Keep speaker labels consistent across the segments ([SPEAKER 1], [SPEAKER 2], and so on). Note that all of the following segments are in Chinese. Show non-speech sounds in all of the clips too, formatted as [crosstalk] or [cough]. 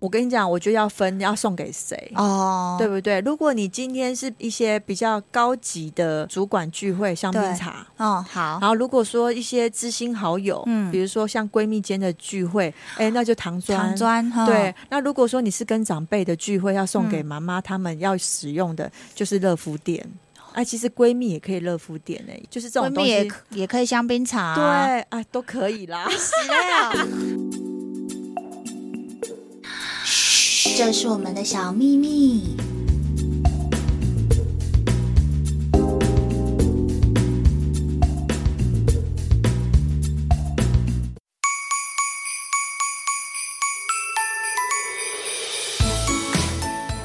[SPEAKER 1] 我跟你讲，我就要分要送给谁。
[SPEAKER 2] 哦
[SPEAKER 1] 对，不对？如果你今天是一些比较高级的主管聚会，香槟
[SPEAKER 2] 对
[SPEAKER 1] 茶，
[SPEAKER 2] 哦，好
[SPEAKER 1] 然，后如果说一些知心好友，
[SPEAKER 2] 嗯
[SPEAKER 1] 比如说像闺蜜间的聚会，哎，那就糖砖。
[SPEAKER 2] 糖砖哦哈，
[SPEAKER 1] 对，那如果说你是跟长辈的聚会，要送
[SPEAKER 2] 嗯
[SPEAKER 1] 给妈妈他们要使用的，就是热敷垫。哎、其实闺蜜也可以热敷垫哎、就是这
[SPEAKER 2] 闺
[SPEAKER 1] 种东
[SPEAKER 2] 蜜
[SPEAKER 1] 西
[SPEAKER 2] 也，可也可以啊香槟茶、
[SPEAKER 1] 对，，哎，都可
[SPEAKER 2] [laughs]
[SPEAKER 1] 以啦。
[SPEAKER 2] 这是我们的小秘密。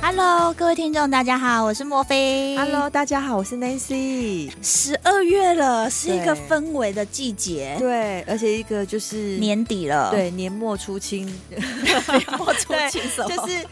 [SPEAKER 2] Hello，各位听众，大家好，我是莫菲。
[SPEAKER 1] Hello，大家好，我是
[SPEAKER 2] [laughs]
[SPEAKER 1] Nancy。
[SPEAKER 2] 十二月了，是一个
[SPEAKER 1] 对
[SPEAKER 2] 氛围的季节，
[SPEAKER 1] 对，而且一个就是
[SPEAKER 2] 年底了，，
[SPEAKER 1] 对年末
[SPEAKER 2] [laughs]
[SPEAKER 1] 出清，
[SPEAKER 2] 我出
[SPEAKER 1] 对
[SPEAKER 2] 清什么？
[SPEAKER 1] 就是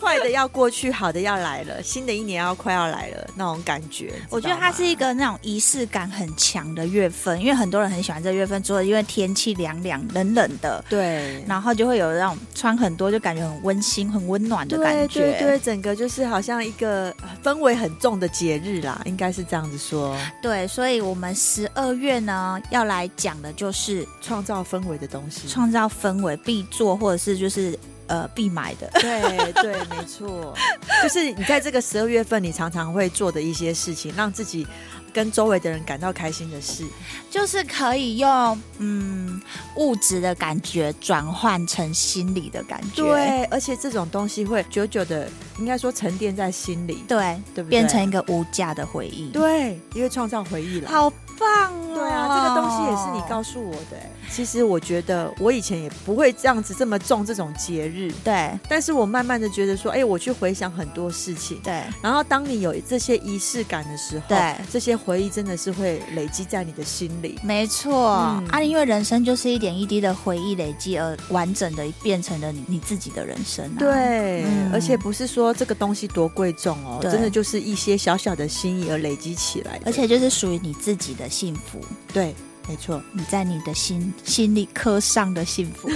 [SPEAKER 1] 坏的要过去，好的要来了，新的一年要快要来了那种感觉。
[SPEAKER 2] 我觉得它
[SPEAKER 1] 他
[SPEAKER 2] 是一个那种仪式感很强的月份，因为很多人很喜欢这个月份，除了因为天气凉凉冷冷的，
[SPEAKER 1] 对。
[SPEAKER 2] 然后就会有那种穿很多就感觉很温馨、很温暖的感
[SPEAKER 1] 对
[SPEAKER 2] 觉。
[SPEAKER 1] 对对，整个就是好像一个呃氛围很重的节日啦，应该是这样子说，
[SPEAKER 2] 对所以我们十二月呢要来讲的就是
[SPEAKER 1] 创造氛围的东西。
[SPEAKER 2] 创造氛围必做，或者是就是呃必买的。
[SPEAKER 1] 对对，没 [laughs] 错，就是你在这个十二月份，你常常会做的一些事情，让自己跟周围的人感到开心的事。
[SPEAKER 2] [laughs] 就是可以用嗯物质的感觉转换成心理的感觉，
[SPEAKER 1] 对，而且这种东西会久久的，应该说沉淀在心里，
[SPEAKER 2] 对
[SPEAKER 1] 对不对？
[SPEAKER 2] 变成一个无价的回忆，，
[SPEAKER 1] 对，因为创造回忆了。
[SPEAKER 2] 好棒哦！
[SPEAKER 1] 对啊，这个东西也是你告诉我的欸、其实我觉得我以前也不会这样子这么重这种节日，
[SPEAKER 2] 对
[SPEAKER 1] 但是我慢慢的觉得说，哎、我去回想很多事情，
[SPEAKER 2] 对
[SPEAKER 1] 然后当你有这些仪式感的时候，
[SPEAKER 2] 对
[SPEAKER 1] 这些回忆真的是会累积在你的心里。
[SPEAKER 2] 没错、
[SPEAKER 1] 嗯
[SPEAKER 2] 啊，因为人生就是一点一滴的回忆累积而完整的变成了你你自己的人生、啊。，
[SPEAKER 1] 对，
[SPEAKER 2] 嗯
[SPEAKER 1] 而且不是说这个东西多贵重哦，
[SPEAKER 2] 对
[SPEAKER 1] 真的就是一些小小的心意而累积起来的。
[SPEAKER 2] 而且就是属于你自己的幸福，
[SPEAKER 1] 对，没错。
[SPEAKER 2] 你在你的心心理课上的幸福。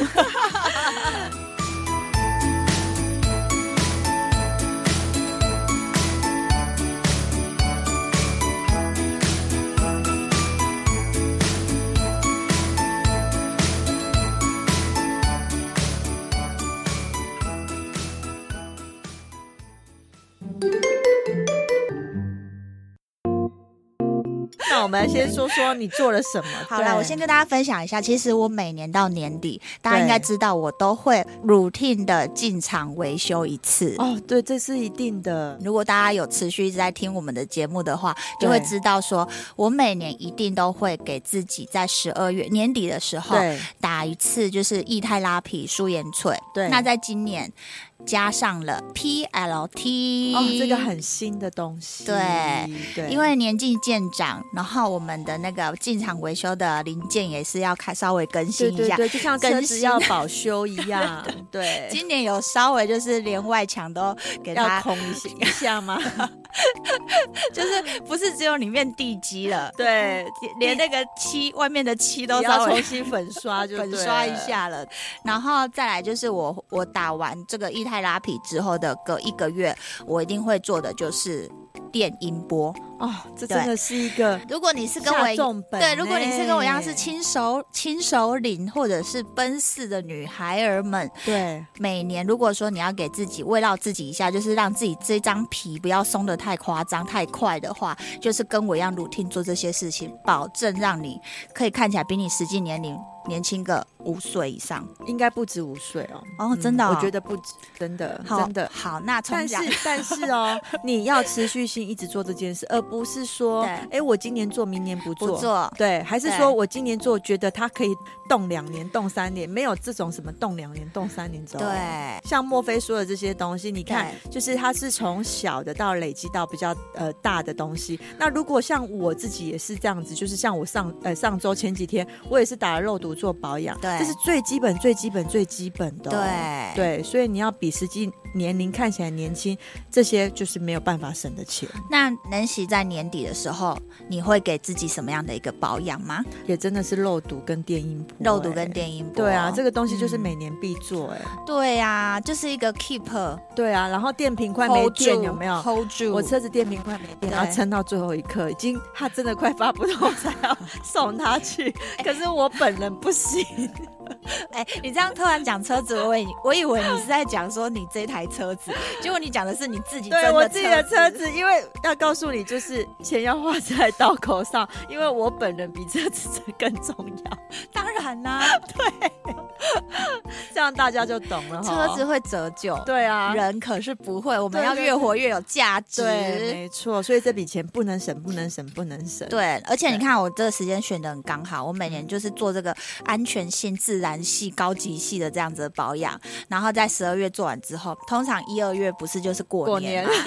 [SPEAKER 1] 那我们先说说你做了什么。
[SPEAKER 2] [laughs] 好啦，
[SPEAKER 1] 对
[SPEAKER 2] 我先跟大家分享一下，其实我每年到年底，大家应该
[SPEAKER 1] 对
[SPEAKER 2] 知道，我都会 routine 的进场维修一次。
[SPEAKER 1] 哦，对，这是一定的。
[SPEAKER 2] 如果大家有持续一直在听我们的节目的话，就会
[SPEAKER 1] 对
[SPEAKER 2] 知道说，我每年一定都会给自己在十二月年底的时候
[SPEAKER 1] 对
[SPEAKER 2] 打一次，就是液态拉皮舒颜萃。
[SPEAKER 1] 对
[SPEAKER 2] 那在今年加上了 PLT，
[SPEAKER 1] 哦，这个很新的东西。
[SPEAKER 2] 嗯对
[SPEAKER 1] 对，
[SPEAKER 2] 因为年纪渐长，然后我们的那个进场维修的零件也是要开稍微更
[SPEAKER 1] 对
[SPEAKER 2] 新一
[SPEAKER 1] 对
[SPEAKER 2] 下。
[SPEAKER 1] 对，就像
[SPEAKER 2] 更
[SPEAKER 1] 车子
[SPEAKER 2] 新
[SPEAKER 1] 要保修一
[SPEAKER 2] [laughs]
[SPEAKER 1] 样，对，
[SPEAKER 2] 今年有稍微就是连外墙都给
[SPEAKER 1] 要
[SPEAKER 2] 它，
[SPEAKER 1] 空
[SPEAKER 2] [laughs]
[SPEAKER 1] 一下一下吗？
[SPEAKER 2] 就是不是只有里面地基
[SPEAKER 1] [laughs]
[SPEAKER 2] 了，
[SPEAKER 1] 对，
[SPEAKER 2] 连那个漆外面的漆都
[SPEAKER 1] 也
[SPEAKER 2] 稍
[SPEAKER 1] 要
[SPEAKER 2] 微
[SPEAKER 1] 重新粉刷就
[SPEAKER 2] 粉
[SPEAKER 1] 对
[SPEAKER 2] 刷一
[SPEAKER 1] 了。
[SPEAKER 2] 下了，然后再来就是我我打完这个液态拉皮之后的隔一个月，我一定会做的就是电音波。
[SPEAKER 1] 哦，这真的是一个
[SPEAKER 2] 如果你是跟我
[SPEAKER 1] 下
[SPEAKER 2] 一
[SPEAKER 1] 重本欸
[SPEAKER 2] 对，如果你是跟我一样是
[SPEAKER 1] 呢
[SPEAKER 2] 轻手轻手领或者是奔四的女孩儿们，
[SPEAKER 1] [laughs] 对
[SPEAKER 2] 每年如果说你要给自己慰劳自己一下，就是让自己这张皮不要松的太夸张、太快的话，就是跟我一样 routine 做这些事情，保证让你可以看起来比你实际年龄年轻个五岁以上
[SPEAKER 1] 应该不止五岁哦。
[SPEAKER 2] 哦真的哦
[SPEAKER 1] 我觉得不止，真的，
[SPEAKER 2] 好
[SPEAKER 1] 真的。
[SPEAKER 2] 好，那从
[SPEAKER 1] 但是
[SPEAKER 2] 讲
[SPEAKER 1] [laughs] 但是哦，你要持续性一直做这件事，而不是说，
[SPEAKER 2] 对
[SPEAKER 1] 哎、我今年做，明年不做。
[SPEAKER 2] 不做，
[SPEAKER 1] 对，还是
[SPEAKER 2] 对
[SPEAKER 1] 说我今年做，觉得它可以动两年、动三年，没有这种什么动两年、动三年这种。
[SPEAKER 2] 对，
[SPEAKER 1] 像墨菲说的这些东西，你看，就是它是从小的到累积到比较呃大的东西。那如果像我自己也是这样子，就是像我上呃上周前几天，我也是打了肉毒做保养，
[SPEAKER 2] 对
[SPEAKER 1] 这是最基本、最基本、最基本的、哦
[SPEAKER 2] 对对。
[SPEAKER 1] 对，所以你要比实际年龄看起来年轻，这些就是没有办法省的钱，
[SPEAKER 2] 那能喜在年底的时候，你会给自己什么样的一个保养吗？
[SPEAKER 1] 也真的是肉毒跟电音波、
[SPEAKER 2] 肉毒跟
[SPEAKER 1] 音。
[SPEAKER 2] 电音波，
[SPEAKER 1] 对啊，这个东西就是
[SPEAKER 2] 嗯
[SPEAKER 1] 每年必做哎、
[SPEAKER 2] 对呀，就是一个 keep，
[SPEAKER 1] 对啊，然后电瓶快没电有没有？
[SPEAKER 2] hold 住？
[SPEAKER 1] 我车子电瓶快没电，
[SPEAKER 2] 对
[SPEAKER 1] 然后撑到最后一刻，已经他真的快发不
[SPEAKER 2] [laughs]
[SPEAKER 1] 动才要送他去，可是我本人不行。
[SPEAKER 2] 哎、你这样突然讲车子，我以我以为你是在讲说你这台车子，结果你讲的是你自己真
[SPEAKER 1] 对我自己的
[SPEAKER 2] 的
[SPEAKER 1] 车子，因为要告诉你，就是钱要花在刀口上，因为我本人比车子更重要，
[SPEAKER 2] 当然啊啦、
[SPEAKER 1] 这样大家就懂了哈。
[SPEAKER 2] 车子会折旧，
[SPEAKER 1] 哦对啊，
[SPEAKER 2] 人可是不会，我们
[SPEAKER 1] 对
[SPEAKER 2] 要
[SPEAKER 1] 对
[SPEAKER 2] 越活越有价值。
[SPEAKER 1] 对，没错，所以这笔钱不能省，不能省，不能省。
[SPEAKER 2] 对，而且你
[SPEAKER 1] 对嗯
[SPEAKER 2] 看我这个时间选的很刚好，我每年就是做这个安全性、自然系、高级系的这样子的保养，然后在十二月做完之后，通常一二月不是就是过
[SPEAKER 1] 过
[SPEAKER 2] 年
[SPEAKER 1] 年啊
[SPEAKER 2] 吗？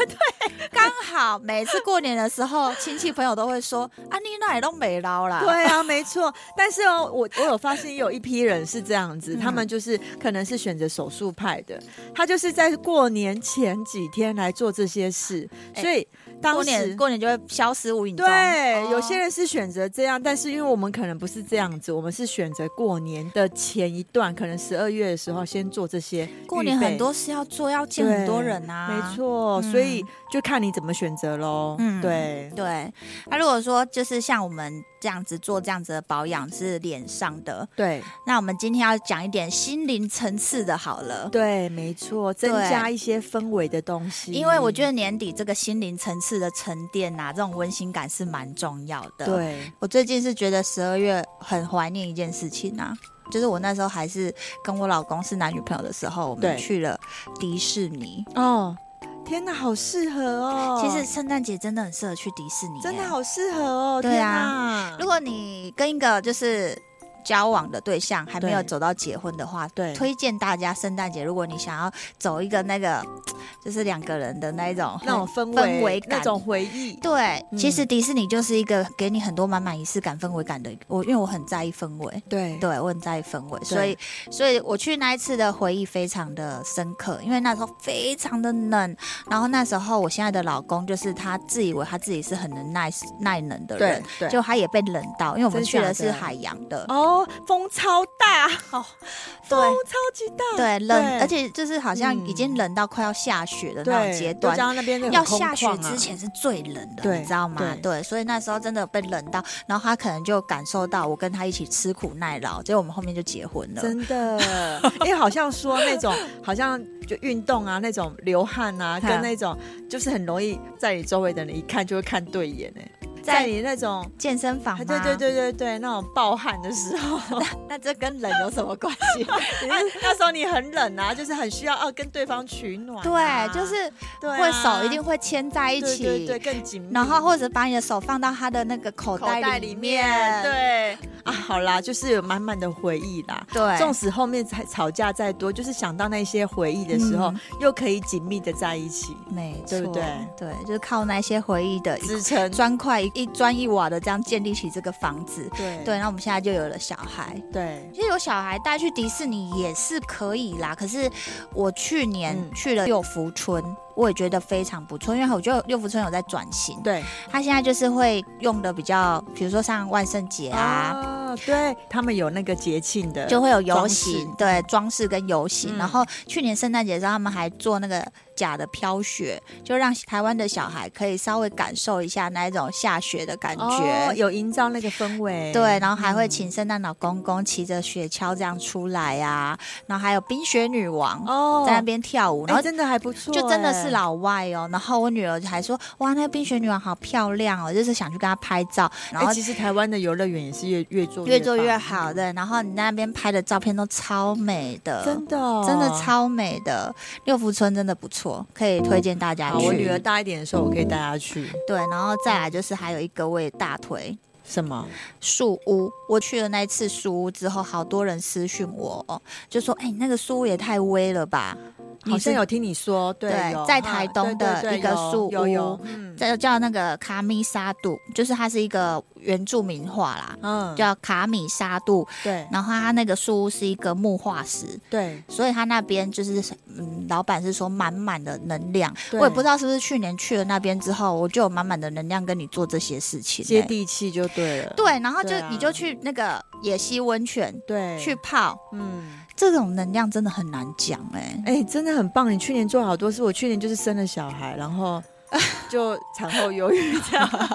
[SPEAKER 2] 对，刚好每次过年的时候，亲戚朋友都会说：“啊，你那里都没捞啦。”
[SPEAKER 1] 对啊，没错。但是哦，我我有发现有一批人是这样子，
[SPEAKER 2] 嗯
[SPEAKER 1] 他们就是可能是选择手术派的，他就是在过年前几天来做这些事，
[SPEAKER 2] 哎
[SPEAKER 1] 所以当
[SPEAKER 2] 过年
[SPEAKER 1] 时。
[SPEAKER 2] 过年就会消失无影踪。
[SPEAKER 1] 对，
[SPEAKER 2] 哦
[SPEAKER 1] 有些人是选择这样，但是因为我们可能不是这样子，我们是选择过年的前一段，可能十二月的时候先做这些。
[SPEAKER 2] 哦过年很多事要啊做，要见很多人啊。
[SPEAKER 1] 没。错，
[SPEAKER 2] 嗯
[SPEAKER 1] 所以就看你怎么选择喽。
[SPEAKER 2] 嗯
[SPEAKER 1] 对，
[SPEAKER 2] 对，那、如果说就是像我们这样子做这样子的保养是脸上的，
[SPEAKER 1] 对，
[SPEAKER 2] 那我们今天要讲一点心灵层次的，好了。
[SPEAKER 1] 对，没错，增加一些氛围的东西。
[SPEAKER 2] 因为我觉得年底这个心灵层次的沉淀呐、这种温馨感是蛮重要的。，
[SPEAKER 1] 对，
[SPEAKER 2] 我最近是觉得十二月很怀念一件事情啊，就是我那时候还是跟我老公是男女朋友的时候，我们
[SPEAKER 1] 对
[SPEAKER 2] 去了迪士尼。
[SPEAKER 1] 哦，天哪，好适合哦！
[SPEAKER 2] 其实圣诞节真的很适合去迪士尼、
[SPEAKER 1] 真的
[SPEAKER 2] 欸。
[SPEAKER 1] 好适合哦，
[SPEAKER 2] 对
[SPEAKER 1] 天
[SPEAKER 2] 啊
[SPEAKER 1] 哪！
[SPEAKER 2] 如果你跟一个就是交往的对象还没有
[SPEAKER 1] 对
[SPEAKER 2] 走到结婚的话，
[SPEAKER 1] 对
[SPEAKER 2] 推荐大家圣诞节，如果你想要走一个那个就是两个人的那一种
[SPEAKER 1] 那种氛
[SPEAKER 2] 氛围
[SPEAKER 1] 那
[SPEAKER 2] 感
[SPEAKER 1] 种回忆，
[SPEAKER 2] 对，
[SPEAKER 1] 嗯
[SPEAKER 2] 其实迪士尼就是一个给你很多满满仪式感、氛围感的。我因为我很在意氛围，
[SPEAKER 1] 对
[SPEAKER 2] 对我很在意氛围，所以所以我去那一次的回忆非常的深刻，因为那时候非常的冷，然后那时候我现在的老公就是他自以为他自己是很能耐耐冷的人
[SPEAKER 1] 对。对，
[SPEAKER 2] 就他也被冷到，因为我们
[SPEAKER 1] 真
[SPEAKER 2] 去的
[SPEAKER 1] 假
[SPEAKER 2] 是
[SPEAKER 1] 的
[SPEAKER 2] 海洋的，
[SPEAKER 1] 哦，风超大，
[SPEAKER 2] 对
[SPEAKER 1] 风超级大，
[SPEAKER 2] 对冷，
[SPEAKER 1] 对
[SPEAKER 2] 而且就是好像已
[SPEAKER 1] 嗯
[SPEAKER 2] 经冷到快要下雪的那种
[SPEAKER 1] 对，
[SPEAKER 2] 阶
[SPEAKER 1] 就
[SPEAKER 2] 段，
[SPEAKER 1] 加上那边那个
[SPEAKER 2] 要
[SPEAKER 1] 很空
[SPEAKER 2] 下雪
[SPEAKER 1] 旷啊
[SPEAKER 2] 之，前是最冷的，
[SPEAKER 1] 对
[SPEAKER 2] 你知道吗
[SPEAKER 1] 对？
[SPEAKER 2] 对，所以那时候真的被冷到，然后他可能就感受到我跟他一起吃苦耐劳，结果我们后面就结婚了。
[SPEAKER 1] 真的，
[SPEAKER 2] [laughs]
[SPEAKER 1] 因为好像说那种好像就运动啊，那种流汗啊，
[SPEAKER 2] [laughs] 哈
[SPEAKER 1] 跟那种就是很容易在你周围的人一看就会看对眼哎、在你那种。
[SPEAKER 2] 健身房吗？
[SPEAKER 1] 啊对对，对对对，那种暴汗的时候，
[SPEAKER 2] 啊 [laughs] 那这跟冷有什么关系？ [laughs]
[SPEAKER 1] 那时候 [laughs] 你很冷啊，就是很需要哦、跟对方取暖啊、
[SPEAKER 2] 对，就是
[SPEAKER 1] 对啊、
[SPEAKER 2] 会手一定会牵在一
[SPEAKER 1] 对啊
[SPEAKER 2] 起，
[SPEAKER 1] 对对，更紧密。
[SPEAKER 2] 然后或者把你的手放到他的那个口
[SPEAKER 1] 口
[SPEAKER 2] 袋
[SPEAKER 1] 袋
[SPEAKER 2] 里
[SPEAKER 1] 里面，
[SPEAKER 2] 面。
[SPEAKER 1] 对啊，好啦，就是有满满的回忆啦。
[SPEAKER 2] 对
[SPEAKER 1] 纵使后面才吵架再多，就是想到那些回忆的时候，
[SPEAKER 2] 嗯
[SPEAKER 1] 又可以紧密的在一起
[SPEAKER 2] 没错，
[SPEAKER 1] 对不对
[SPEAKER 2] 对，就是靠那些回忆的一
[SPEAKER 1] 支撑。
[SPEAKER 2] 砖块一砖一瓦的这样建立起这个房子。
[SPEAKER 1] 对
[SPEAKER 2] 对，那我们现在就有了小孩。
[SPEAKER 1] 对
[SPEAKER 2] 其实有小孩带去迪士尼也是可以啦，可是我去年
[SPEAKER 1] 嗯
[SPEAKER 2] 去了六福村，我也觉得非常不错，因为我觉得六福村有在转型，
[SPEAKER 1] 对
[SPEAKER 2] 他现在就是会用的比较，比如说像万圣节啊。
[SPEAKER 1] 啊，对他们有那个节庆的，
[SPEAKER 2] 就会有游
[SPEAKER 1] 哦装饰
[SPEAKER 2] 行，对装饰跟游行，
[SPEAKER 1] 嗯
[SPEAKER 2] 然后去年圣诞节的时候，他们还做那个假的飘雪，就让台湾的小孩可以稍微感受一下那一种下雪的感觉。
[SPEAKER 1] 哦、有营造那个氛围。
[SPEAKER 2] 对，然后还
[SPEAKER 1] 嗯
[SPEAKER 2] 会请圣诞老公公骑着雪橇这样出来啊，然后还有冰雪女王
[SPEAKER 1] 哦，
[SPEAKER 2] 在那边跳舞，
[SPEAKER 1] 哎
[SPEAKER 2] 然后
[SPEAKER 1] 真的还不错、
[SPEAKER 2] 就真的是
[SPEAKER 1] 哎
[SPEAKER 2] 老外哦。然后我女儿还说，哇，那个冰雪女王好漂亮哦，就是想去跟她拍照。然
[SPEAKER 1] 哎、
[SPEAKER 2] 后
[SPEAKER 1] 其实台湾的游乐园也是越越做做
[SPEAKER 2] 越做越
[SPEAKER 1] 棒
[SPEAKER 2] 好的，然后你那边拍的照片都超美的，
[SPEAKER 1] 真的哦
[SPEAKER 2] 真的。超美的。六福村真的不错，可以推荐大家
[SPEAKER 1] 好，
[SPEAKER 2] 去。
[SPEAKER 1] 我女儿大一点的时候，我可以带她去
[SPEAKER 2] 对，然后再来就是还有一个我也大推
[SPEAKER 1] 什么？
[SPEAKER 2] 树屋，我去了那一次树屋之后，好多人私讯我哦，就说：“哎、你那个树屋也太威了吧！”
[SPEAKER 1] 好
[SPEAKER 2] 女
[SPEAKER 1] 像
[SPEAKER 2] 生
[SPEAKER 1] 有听你说，对
[SPEAKER 2] 对，
[SPEAKER 1] 有
[SPEAKER 2] 在
[SPEAKER 1] 啊
[SPEAKER 2] 台
[SPEAKER 1] 对
[SPEAKER 2] 东
[SPEAKER 1] 对
[SPEAKER 2] 的
[SPEAKER 1] 对
[SPEAKER 2] 一个
[SPEAKER 1] 有
[SPEAKER 2] 树
[SPEAKER 1] 有有
[SPEAKER 2] 屋，
[SPEAKER 1] 嗯
[SPEAKER 2] 这就叫那个卡米沙杜，就是它是一个原住民画啦，
[SPEAKER 1] 嗯，
[SPEAKER 2] 叫卡米沙杜。
[SPEAKER 1] 对
[SPEAKER 2] 然后它那个树屋是一个木化石，
[SPEAKER 1] 对，
[SPEAKER 2] 所以他那边就是，嗯，老板是说满满的能量。我也不知
[SPEAKER 1] 道
[SPEAKER 2] 道是不是去年去了那边之后，我就有满满的能量跟你做这些事情、
[SPEAKER 1] 接
[SPEAKER 2] 欸
[SPEAKER 1] 地气就对了，
[SPEAKER 2] 对，然后就、
[SPEAKER 1] 对啊
[SPEAKER 2] 你就去那个野溪温泉
[SPEAKER 1] 对，
[SPEAKER 2] 去泡，
[SPEAKER 1] 嗯，
[SPEAKER 2] 这种能量真的很难讲哎、欸
[SPEAKER 1] 哎，真的很棒，你去年做好多事，我去年就是生了小孩，然后。就产后忧郁这样，
[SPEAKER 2] 不是，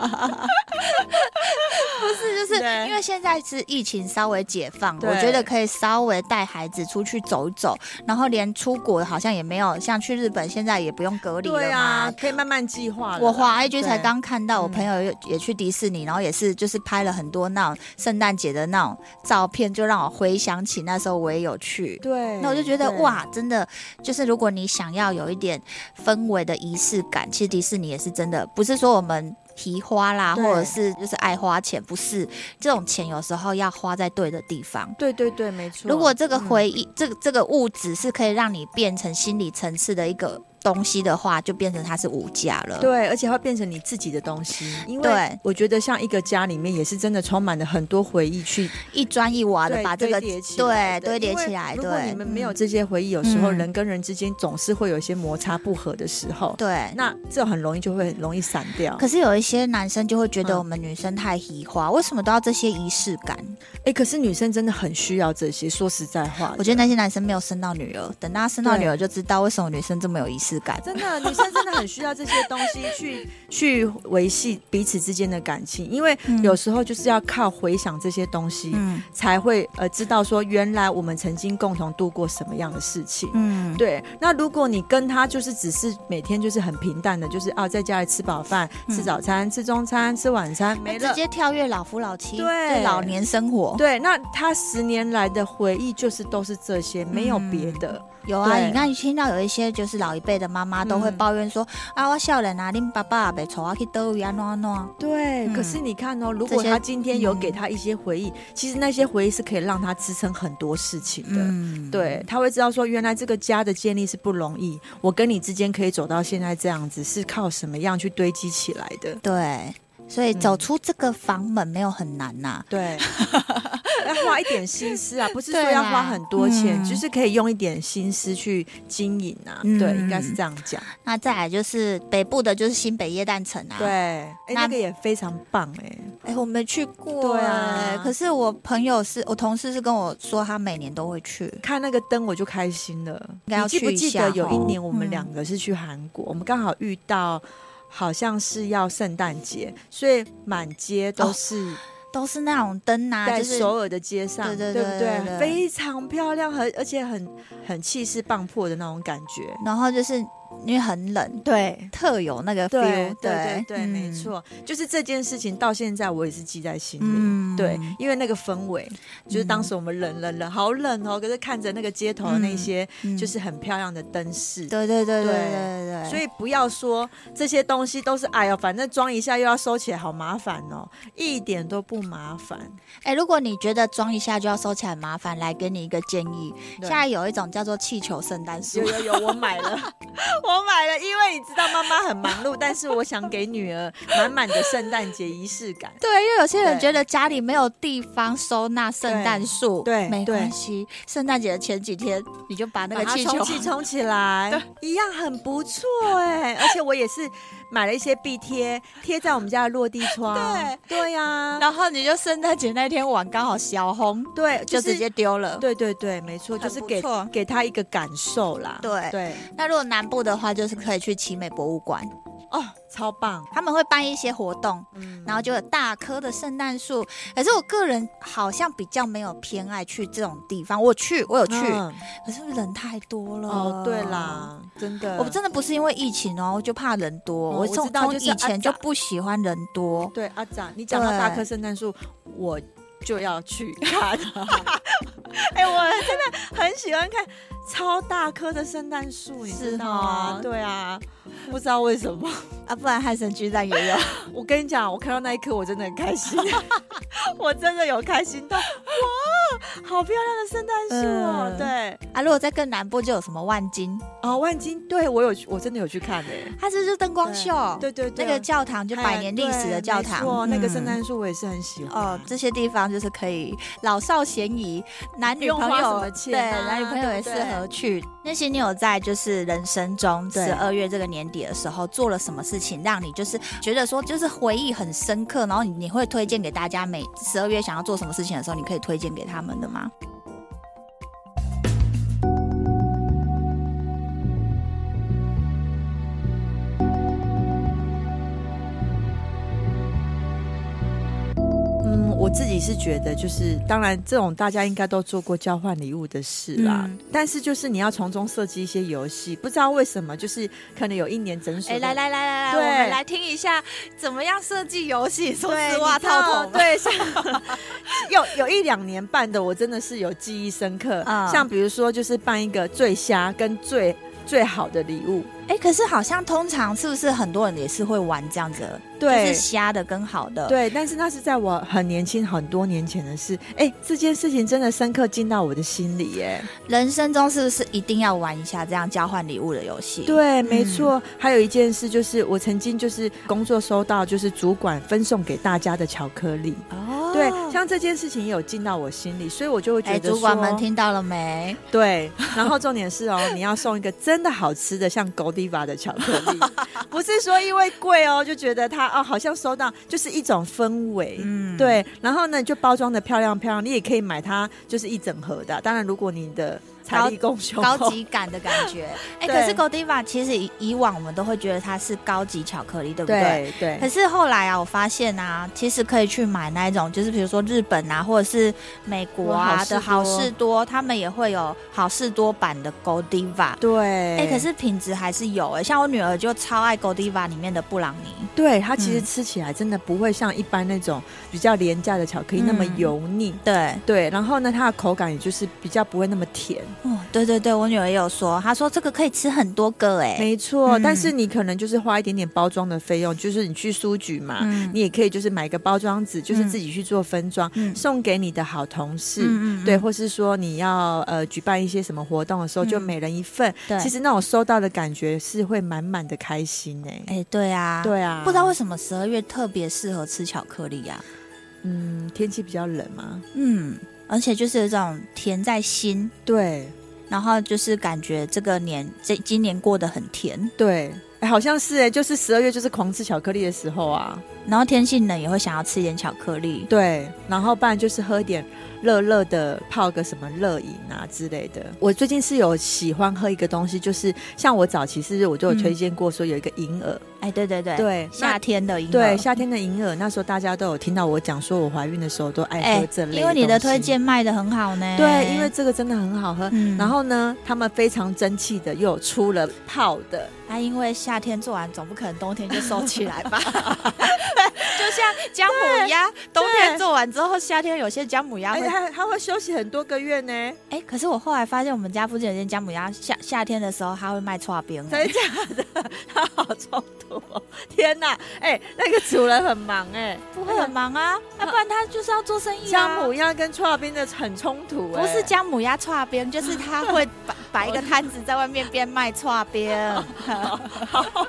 [SPEAKER 2] 就是
[SPEAKER 1] 对
[SPEAKER 2] 因为现在是疫情稍微解放，
[SPEAKER 1] 对
[SPEAKER 2] 我觉得可以稍微带孩子出去走一走，然后连出国好像也没有，像去日本现在也不用隔离
[SPEAKER 1] 对
[SPEAKER 2] 了
[SPEAKER 1] 啊
[SPEAKER 2] 嘛，。
[SPEAKER 1] 可以慢慢计划了啦。
[SPEAKER 2] 我滑 IG 才
[SPEAKER 1] 对
[SPEAKER 2] 刚看到，我
[SPEAKER 1] 嗯
[SPEAKER 2] 朋友也也去迪士尼，然后也是就是拍了很多那种圣诞节的那种照片，就让我回想起那时候我也有去。
[SPEAKER 1] 对，
[SPEAKER 2] 那我就觉得
[SPEAKER 1] 哎对，
[SPEAKER 2] 哇，真的就是如果你想要有一点氛围的仪式感，其实迪士尼也是真的，不是说我们提花啦，
[SPEAKER 1] 对
[SPEAKER 2] 或者是就是爱花钱，不是这种钱有时候要花在对的地方。
[SPEAKER 1] 对对对，没错。
[SPEAKER 2] 如果这个
[SPEAKER 1] 嗯
[SPEAKER 2] 回忆，这个这个物质是可以让你变成心理层次的一个东西的话，就变成它是无价了。
[SPEAKER 1] 对，而且会变成你自己的东西，因为
[SPEAKER 2] 对
[SPEAKER 1] 我觉得像一个家里面也是真的充满了很多回忆去
[SPEAKER 2] 一砖一瓦的
[SPEAKER 1] 对
[SPEAKER 2] 把这
[SPEAKER 1] 堆
[SPEAKER 2] 个
[SPEAKER 1] 叠起来
[SPEAKER 2] 哎对堆叠起来
[SPEAKER 1] 因为如果
[SPEAKER 2] 对
[SPEAKER 1] 你们没有这些回忆，有时候
[SPEAKER 2] 嗯
[SPEAKER 1] 人跟人之间总是会有一些摩擦不合的时候，
[SPEAKER 2] 对。
[SPEAKER 1] 那这很容易就会很容易散掉。
[SPEAKER 2] 可是有一些男生就会觉
[SPEAKER 1] 嗯
[SPEAKER 2] 得我们女生太移花，为什么都要这些仪式感？
[SPEAKER 1] 哎，可是女生真的很需要这些，说实在话，
[SPEAKER 2] 我觉得那些男生没有生到女儿，等他生到女儿就知道为什么女生这么有仪式感。
[SPEAKER 1] 真的，女生真的很需要这些东西
[SPEAKER 2] [laughs]
[SPEAKER 1] 去去维系彼此之间的感情，因为
[SPEAKER 2] 嗯
[SPEAKER 1] 有时候就是要靠回想这些东西，
[SPEAKER 2] 嗯
[SPEAKER 1] 才会呃知道说，原来我们曾经共同度过什么样的事情。
[SPEAKER 2] 嗯，
[SPEAKER 1] 对，那如果你跟他就是只是每天就是很平淡的，就是啊，在家里吃饱饭、吃
[SPEAKER 2] 嗯
[SPEAKER 1] 早餐、吃中餐、吃晚餐，没
[SPEAKER 2] 直
[SPEAKER 1] 了。
[SPEAKER 2] 接跳跃老夫老妻，
[SPEAKER 1] 对
[SPEAKER 2] 就老年生活。
[SPEAKER 1] 对，那他十年来的回忆就是都是这些，没
[SPEAKER 2] 嗯
[SPEAKER 1] 有别的。
[SPEAKER 2] 有啊，
[SPEAKER 1] 对
[SPEAKER 2] 你看听到有一些就是老一辈的妈妈都会
[SPEAKER 1] 嗯
[SPEAKER 2] 抱怨说、啊，我笑人啊，你爸爸被丑啊，去兜里啊，喏喏。
[SPEAKER 1] 对，
[SPEAKER 2] 嗯
[SPEAKER 1] 可是你看哦，如果
[SPEAKER 2] 这些嗯
[SPEAKER 1] 他今天有给他一些回忆，其实那些回忆是可以让他支撑很多事情的。
[SPEAKER 2] 嗯，
[SPEAKER 1] 对，他会知道说，原来这个家的建立是不容易，我跟你之间可以走到现在这样子，是靠什么样去堆积起来的？
[SPEAKER 2] 对，所以
[SPEAKER 1] 嗯
[SPEAKER 2] 走出这个房门没有很难呐、 [laughs]
[SPEAKER 1] 对，要花一点心思啊，不是说
[SPEAKER 2] 对啦
[SPEAKER 1] 要花很多钱，
[SPEAKER 2] 嗯
[SPEAKER 1] 就是可以用一点心思去经营啊。
[SPEAKER 2] 嗯
[SPEAKER 1] 对，应该是这样讲。
[SPEAKER 2] 那再来就是北部的，就是新北耶诞城啊。
[SPEAKER 1] 对，，哎、
[SPEAKER 2] 那
[SPEAKER 1] 那个也非常棒哎、
[SPEAKER 2] 哎、我没去过、
[SPEAKER 1] 对啊
[SPEAKER 2] 哎可是我朋友是我同事是跟我说，他每年都会去。
[SPEAKER 1] 看那个灯我就开心了。
[SPEAKER 2] 该要
[SPEAKER 1] 你记不
[SPEAKER 2] 去一
[SPEAKER 1] 记
[SPEAKER 2] 下
[SPEAKER 1] 得有一
[SPEAKER 2] 哦
[SPEAKER 1] 年我们
[SPEAKER 2] 嗯
[SPEAKER 1] 两个是去韩国，我们刚好遇到。好像是要圣诞节，所以满街都
[SPEAKER 2] 哦
[SPEAKER 1] 是
[SPEAKER 2] 都是那种灯啊，
[SPEAKER 1] 在
[SPEAKER 2] 就是
[SPEAKER 1] 首尔的街上，
[SPEAKER 2] 对对
[SPEAKER 1] 对
[SPEAKER 2] 对
[SPEAKER 1] 不
[SPEAKER 2] 对对
[SPEAKER 1] 非常漂亮，很而且很很气势磅礴的那种感觉。
[SPEAKER 2] 然后就是因为很冷，
[SPEAKER 1] 对。
[SPEAKER 2] 特有那个 feel，
[SPEAKER 1] 对对对对，
[SPEAKER 2] 嗯
[SPEAKER 1] 没错，就是这件事情到现在我也是记在心里。
[SPEAKER 2] 嗯
[SPEAKER 1] 对，因为那个氛围，就是当时我们冷冷冷，好冷哦，可是看着那个街头的那些
[SPEAKER 2] 嗯
[SPEAKER 1] 就是很漂亮的灯饰，
[SPEAKER 2] 对对对对
[SPEAKER 1] 对
[SPEAKER 2] 对对对，
[SPEAKER 1] 所以不要说这些东西都是哎呀，反正装一下又要收起来，好麻烦哦，一点都不麻烦。
[SPEAKER 2] 哎，如果你觉得装一下就要收起来很麻烦，来给你一个建议，
[SPEAKER 1] 对
[SPEAKER 2] 现在有一种叫做气球圣诞树
[SPEAKER 1] 有。有有，我买了，我买了，因为你知道妈妈很忙碌，但是我想给女儿满满的圣诞节仪式感。
[SPEAKER 2] [laughs] 对，因为有些人
[SPEAKER 1] 对
[SPEAKER 2] 觉得家里没有地方收纳圣诞树，
[SPEAKER 1] 对对
[SPEAKER 2] 没
[SPEAKER 1] 对
[SPEAKER 2] 关系，圣诞节的前几天你就把那
[SPEAKER 1] 把
[SPEAKER 2] 个
[SPEAKER 1] 它
[SPEAKER 2] 气
[SPEAKER 1] 充
[SPEAKER 2] 球
[SPEAKER 1] 气充起来，一样很不错哎、而且我也是买了一些壁贴，贴在我们家的落地窗。对对呀、
[SPEAKER 2] [laughs] 然后你就圣诞节那天晚刚好小红，
[SPEAKER 1] 对，
[SPEAKER 2] 就是直接丢了。
[SPEAKER 1] 对对对，没错，就
[SPEAKER 2] 很
[SPEAKER 1] 是
[SPEAKER 2] 不
[SPEAKER 1] 给
[SPEAKER 2] 错
[SPEAKER 1] 给他一个感受啦。
[SPEAKER 2] 对
[SPEAKER 1] 对，
[SPEAKER 2] 那如果南部的话，就是可以去奇美博物馆，
[SPEAKER 1] 哦，超棒。
[SPEAKER 2] 他们会办一些活动，
[SPEAKER 1] 嗯，
[SPEAKER 2] 然后就有大棵的圣诞树。可是我个人好像比较没有偏爱去这种地方，我去，我有去，
[SPEAKER 1] 嗯
[SPEAKER 2] 可是人太多了。
[SPEAKER 1] 哦，对。啦，真的，
[SPEAKER 2] 我真的不是因为疫情哦，我就怕人多。
[SPEAKER 1] 哦
[SPEAKER 2] 我
[SPEAKER 1] 我
[SPEAKER 2] 从
[SPEAKER 1] 知道
[SPEAKER 2] 从
[SPEAKER 1] 就是
[SPEAKER 2] 以前
[SPEAKER 1] 啊 [laughs]
[SPEAKER 2] 就不喜欢人多，
[SPEAKER 1] 对，阿展，你讲到
[SPEAKER 2] 对
[SPEAKER 1] 大棵圣诞树，我就要 [laughs] 去看。哎、我真的很喜欢看超大棵的圣诞树，你知道吗
[SPEAKER 2] 是哦？
[SPEAKER 1] 对啊，不知道为什么。
[SPEAKER 2] 啊，不然汉神巨蛋也有。
[SPEAKER 1] 我跟你讲，我看到那一刻我真的很开 [laughs] 心，我真的有开心到哇，好漂亮的圣诞树哦！
[SPEAKER 2] 嗯
[SPEAKER 1] 对，
[SPEAKER 2] [laughs] 啊，如果在更南部就有什么万金，
[SPEAKER 1] 哦，万金，对我有去，我真的有去看诶、
[SPEAKER 2] 它是不是灯光秀？
[SPEAKER 1] 对对对，
[SPEAKER 2] 那个教堂就
[SPEAKER 1] 哎
[SPEAKER 2] 百年历史的教堂
[SPEAKER 1] 对没错，那个圣
[SPEAKER 2] 嗯
[SPEAKER 1] 诞树我也是很喜欢。
[SPEAKER 2] 哦，这些地方就是可以老少咸宜，男女朋
[SPEAKER 1] 不用花什
[SPEAKER 2] 友、
[SPEAKER 1] 么
[SPEAKER 2] 对
[SPEAKER 1] 钱啊
[SPEAKER 2] 男女朋友也适
[SPEAKER 1] 对不对
[SPEAKER 2] 合去。那些你有在就是人生中
[SPEAKER 1] 对
[SPEAKER 2] 十二月这个年底的时候做了什么事情，让你就是觉得说就是回忆很深刻，然后你你会推荐给大家每十二月想要做什么事情的时候，你可以推荐给他们的吗？
[SPEAKER 1] 嗯，我自己是觉得，就是当然这种大家应该都做过交换礼物的事啦，
[SPEAKER 2] 嗯
[SPEAKER 1] 但是就是你要从中设计一些游戏，不知道为什么，就是可能有一年整所
[SPEAKER 2] 哎、
[SPEAKER 1] 的
[SPEAKER 2] 来来来来来，
[SPEAKER 1] 对
[SPEAKER 2] 我们来听一下怎么样设计游戏，说
[SPEAKER 1] 对
[SPEAKER 2] 丝袜
[SPEAKER 1] 你知道
[SPEAKER 2] 套筒吧，
[SPEAKER 1] 对，像有有一两年办的，我真的是有记忆深刻。
[SPEAKER 2] 嗯
[SPEAKER 1] 像比如说，就是办一个最瞎跟最最好的礼物，
[SPEAKER 2] 哎、可是好像通常是不是很多人也是会玩这样子的，就
[SPEAKER 1] 对
[SPEAKER 2] 是。瞎的跟好的，
[SPEAKER 1] 对，但是那是在我很年轻、很多年前的事。哎，这件事情真的深刻进到我的心里耶。
[SPEAKER 2] 人生中是不是一定要玩一下这样交换礼物的游戏？，
[SPEAKER 1] 对，没
[SPEAKER 2] 嗯
[SPEAKER 1] 错。还有一件事就是，我曾经就是工作收到就是主管分送给大家的巧克力。
[SPEAKER 2] 哦
[SPEAKER 1] 对，像这件事情也有进到我心里，所以我就会觉
[SPEAKER 2] 哎，
[SPEAKER 1] 得说，
[SPEAKER 2] 主管们听到了没？
[SPEAKER 1] 对，然后重点是哦，你要送一个真的好吃的，像 Godiva 的巧克
[SPEAKER 2] [laughs]
[SPEAKER 1] 力，不是说因为贵哦就觉得它哦好像收到就是一种氛围。
[SPEAKER 2] 嗯，
[SPEAKER 1] 对，然后呢，你就包装的漂亮漂亮，你也可以买它，就是一整盒的。当然，如果你的财力够雄厚
[SPEAKER 2] 高级感的感
[SPEAKER 1] [laughs]
[SPEAKER 2] 觉。哎，
[SPEAKER 1] 对
[SPEAKER 2] 可是 Godiva 其实以以往我们都会觉得它是高级巧克力，对不对？
[SPEAKER 1] 对对
[SPEAKER 2] 可是后来啊，我发现啊，其实可以去买那一种，就是比如说日本啊，或者是美国
[SPEAKER 1] 哇好
[SPEAKER 2] 啊
[SPEAKER 1] 事
[SPEAKER 2] 的好
[SPEAKER 1] 多
[SPEAKER 2] 事多，他们也会有好事多版的 Godiva。
[SPEAKER 1] 对。
[SPEAKER 2] 哎、可是品质还是有哎、像我女儿就超爱 Godiva 里面的布朗尼，
[SPEAKER 1] 对它其实
[SPEAKER 2] 嗯
[SPEAKER 1] 吃起来真的不会像一般那种比较廉价的巧克力那么
[SPEAKER 2] 嗯
[SPEAKER 1] 油腻。
[SPEAKER 2] 对，
[SPEAKER 1] 对，然后呢，它的口感也就是比较不会那么甜。
[SPEAKER 2] 哦，对对对，我女儿也有说，她说这个可以吃很多个哎、
[SPEAKER 1] 没错，
[SPEAKER 2] 嗯
[SPEAKER 1] 但是你可能就是花一点点包装的费用，就是你去书局嘛，
[SPEAKER 2] 嗯
[SPEAKER 1] 你也可以就是买个包装纸，就是
[SPEAKER 2] 嗯
[SPEAKER 1] 自己去做分装，
[SPEAKER 2] 嗯
[SPEAKER 1] 送给你的好同事。
[SPEAKER 2] 嗯嗯
[SPEAKER 1] 对，或是说你要呃举办一些什么活动的时候，
[SPEAKER 2] 嗯
[SPEAKER 1] 就每人一份。
[SPEAKER 2] 对，
[SPEAKER 1] 其实那种收到的感觉是会满满的开心哎、
[SPEAKER 2] 哎、对啊，、
[SPEAKER 1] 对啊，
[SPEAKER 2] 不知道为什么十二月特别适合吃巧克力啊，
[SPEAKER 1] 嗯天气比较冷嘛，
[SPEAKER 2] 嗯，而且就是有一种甜在心，
[SPEAKER 1] 对
[SPEAKER 2] 然后就是感觉这个年这今年过得很甜，
[SPEAKER 1] 对，哎好像是哎、就是十二月就是狂吃巧克力的时候啊，
[SPEAKER 2] 然后天气冷也会想要吃一点巧克力，
[SPEAKER 1] 对，然后不然就是喝一点热热的，泡个什么热饮啊之类的。我最近是有喜欢喝一个东西，就是像我早期是不是我就有推荐过说有一个银耳，
[SPEAKER 2] 哎、对嗯对对，
[SPEAKER 1] 对，
[SPEAKER 2] 夏
[SPEAKER 1] 那
[SPEAKER 2] 天的饮
[SPEAKER 1] 对
[SPEAKER 2] 料
[SPEAKER 1] 夏天的银耳，那时候大家都有听到我讲说我怀孕的时候都爱
[SPEAKER 2] 哎、
[SPEAKER 1] 喝这类、
[SPEAKER 2] 因为你的推，荐卖的很好呢，
[SPEAKER 1] 对，因为这个真的很好喝。
[SPEAKER 2] 嗯
[SPEAKER 1] 然后呢，他们非常争气的又有出了泡的，
[SPEAKER 2] 啊，因为夏天做完，总不可能冬天就收起来 [laughs] 吧？就像姜母鸭，冬天做完之后，夏天有些姜母鸭
[SPEAKER 1] 而
[SPEAKER 2] 会
[SPEAKER 1] 且它哎它会休息很多个月呢。
[SPEAKER 2] 哎、可是我后来发现，我们家附近有间姜母鸭，夏夏天的时候它会卖串冰、
[SPEAKER 1] 真
[SPEAKER 2] 欸
[SPEAKER 1] 的。假的？ [laughs] 他好冲突哦！天哪，哎、那个主人很忙哎、
[SPEAKER 2] 不会很忙 [laughs] 啊，要、不然他就是要做生意
[SPEAKER 1] 姜
[SPEAKER 2] 啊。
[SPEAKER 1] 母鸭跟串冰的很冲突、哎
[SPEAKER 2] 不是姜母鸭串冰，就是他会摆 [laughs] 摆一个摊子在外面边卖啊串冰。
[SPEAKER 1] 好，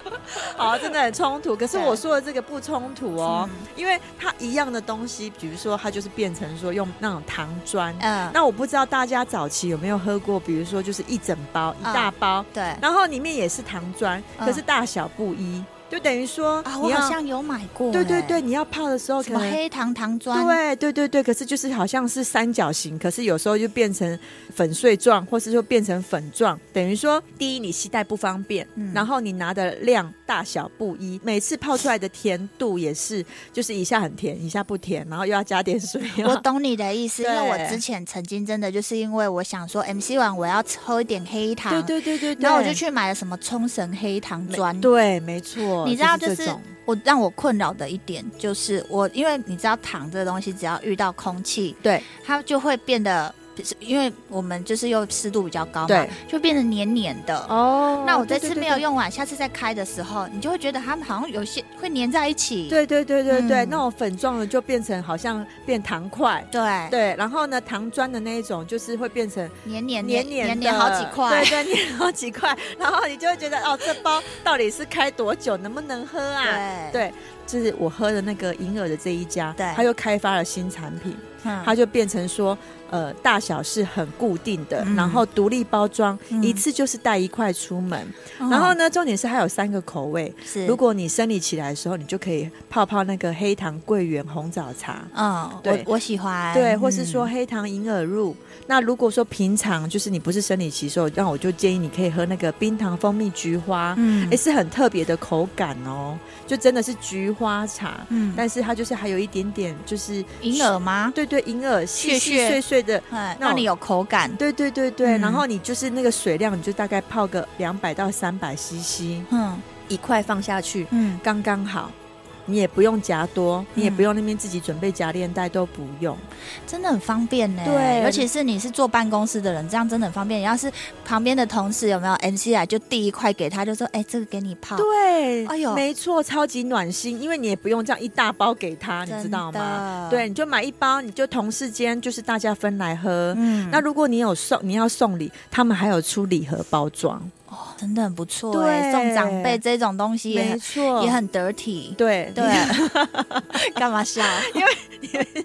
[SPEAKER 1] 哦真的很冲突。可是
[SPEAKER 2] 对
[SPEAKER 1] 我说的这个不冲突哦，
[SPEAKER 2] 嗯
[SPEAKER 1] 因为它一样的东西，比如说它就是变成说用那种糖砖。
[SPEAKER 2] [laughs] 嗯，
[SPEAKER 1] 那我不知道大家早期有没有喝过，比如说就是一整包一
[SPEAKER 2] 嗯
[SPEAKER 1] 大包，
[SPEAKER 2] 对
[SPEAKER 1] 然后里面也是糖砖，
[SPEAKER 2] 嗯
[SPEAKER 1] 可是大小不一，就等于说
[SPEAKER 2] 啊，
[SPEAKER 1] 你
[SPEAKER 2] 我
[SPEAKER 1] 要
[SPEAKER 2] 好像有买过、
[SPEAKER 1] 对对
[SPEAKER 2] 欸
[SPEAKER 1] 对，，你要泡的时候
[SPEAKER 2] 什
[SPEAKER 1] 可
[SPEAKER 2] 么
[SPEAKER 1] 能
[SPEAKER 2] 黑糖糖砖，啊
[SPEAKER 1] 对对对对，可是就是好像是三角形，可是有时候就变成粉碎状，或是说变成粉状，等于说第一你携带不方便，
[SPEAKER 2] 嗯
[SPEAKER 1] 然后你拿的量大小不一，每次泡出来的甜度也是，就是一下很甜，一下不甜，然后又要加点水、 [laughs]
[SPEAKER 2] [laughs] 我
[SPEAKER 1] 啊。
[SPEAKER 2] 懂你的意思，因为我
[SPEAKER 1] 对
[SPEAKER 2] 之前曾经真的就是因为我想说 MC 晚我要喝一点黑糖，
[SPEAKER 1] 对对对对对，
[SPEAKER 2] 然后我就去买了什么冲绳黑糖
[SPEAKER 1] 没
[SPEAKER 2] 砖，
[SPEAKER 1] 对，没错，
[SPEAKER 2] 嗯你知道
[SPEAKER 1] 就
[SPEAKER 2] 就是
[SPEAKER 1] 这种
[SPEAKER 2] 我让我困扰的一点就是我，因为你知道糖这个东西，只要遇到空气，
[SPEAKER 1] 对，
[SPEAKER 2] 它就会变得，因为我们就是又湿度比较高嘛
[SPEAKER 1] 对，
[SPEAKER 2] 就变得黏黏的。
[SPEAKER 1] 哦
[SPEAKER 2] 那我这次没有。用完，下次再开的时候，你就会觉得它们好像有些会粘在一起。
[SPEAKER 1] 对对对对对对，
[SPEAKER 2] 嗯
[SPEAKER 1] 那种粉状的就变成好像变糖块，
[SPEAKER 2] 对，
[SPEAKER 1] 对，然后呢，糖砖的那一种就是会变成
[SPEAKER 2] 黏黏
[SPEAKER 1] 黏
[SPEAKER 2] 黏
[SPEAKER 1] 黏
[SPEAKER 2] 黏
[SPEAKER 1] 的
[SPEAKER 2] 好几块。
[SPEAKER 1] 对对，黏好几块，然后你就会觉得哦，这包到底是开多久，能不能喝啊？
[SPEAKER 2] 对
[SPEAKER 1] 对，就是我喝的那个银耳的这一家，
[SPEAKER 2] 对
[SPEAKER 1] 他又开发了新产品，
[SPEAKER 2] 嗯
[SPEAKER 1] 它就变成说，呃，大小是很固定的，
[SPEAKER 2] 嗯
[SPEAKER 1] 然后独立包装，
[SPEAKER 2] 嗯
[SPEAKER 1] 一次就是带一块出门。然后
[SPEAKER 2] 嗯
[SPEAKER 1] 呢，重点是还有三个口味，
[SPEAKER 2] 是
[SPEAKER 1] 如果你生理起来的时候，你就可以泡泡那个黑糖桂圆红枣茶。
[SPEAKER 2] 嗯，我
[SPEAKER 1] 对
[SPEAKER 2] 我喜欢。
[SPEAKER 1] 对，或是说
[SPEAKER 2] 嗯
[SPEAKER 1] 黑糖银耳露。那如果说平常就是你不是生理期的时候，那我就建议你可以喝那个冰糖蜂蜜菊花，哎、
[SPEAKER 2] 嗯
[SPEAKER 1] 是很特别的口感哦，就真的是菊花茶，
[SPEAKER 2] 嗯，
[SPEAKER 1] 但是它就是还有一点点就是
[SPEAKER 2] 银耳吗？
[SPEAKER 1] 对对，银耳细
[SPEAKER 2] 屑
[SPEAKER 1] 细
[SPEAKER 2] 屑
[SPEAKER 1] 碎碎的，
[SPEAKER 2] 哎，
[SPEAKER 1] 那我
[SPEAKER 2] 让你有口感。
[SPEAKER 1] 对对对
[SPEAKER 2] 嗯
[SPEAKER 1] 对。然后你就是那个水量，你就大概泡个两百到三百 CC，
[SPEAKER 2] 嗯
[SPEAKER 1] 一块放下去，
[SPEAKER 2] 嗯
[SPEAKER 1] 刚刚好。你也不用夹多，你也不用那边自己准备夹链带，都不用。，
[SPEAKER 2] 真的很方便呢。
[SPEAKER 1] 对
[SPEAKER 2] 尤其是你是坐办公室的人，这样真的很方便。你要是旁边的同事有没有 MC 来，就递一块给他，就说：“哎，这个给你泡。”
[SPEAKER 1] 对，
[SPEAKER 2] 哎呦
[SPEAKER 1] 没错，超级暖心，因为你也不用这样一大包给他，你
[SPEAKER 2] 真的，
[SPEAKER 1] 知道吗？对，你就买一包，你就同事间就是大家分来喝。
[SPEAKER 2] 嗯，
[SPEAKER 1] 那如果你有送，你要送礼，他们还有出礼盒包装，
[SPEAKER 2] 哦真的很不错
[SPEAKER 1] 对
[SPEAKER 2] 哎，送长辈这种东西也
[SPEAKER 1] 没
[SPEAKER 2] 很
[SPEAKER 1] 错，
[SPEAKER 2] 也很得体。
[SPEAKER 1] 对
[SPEAKER 2] 对，
[SPEAKER 1] [laughs]
[SPEAKER 2] 干嘛笑？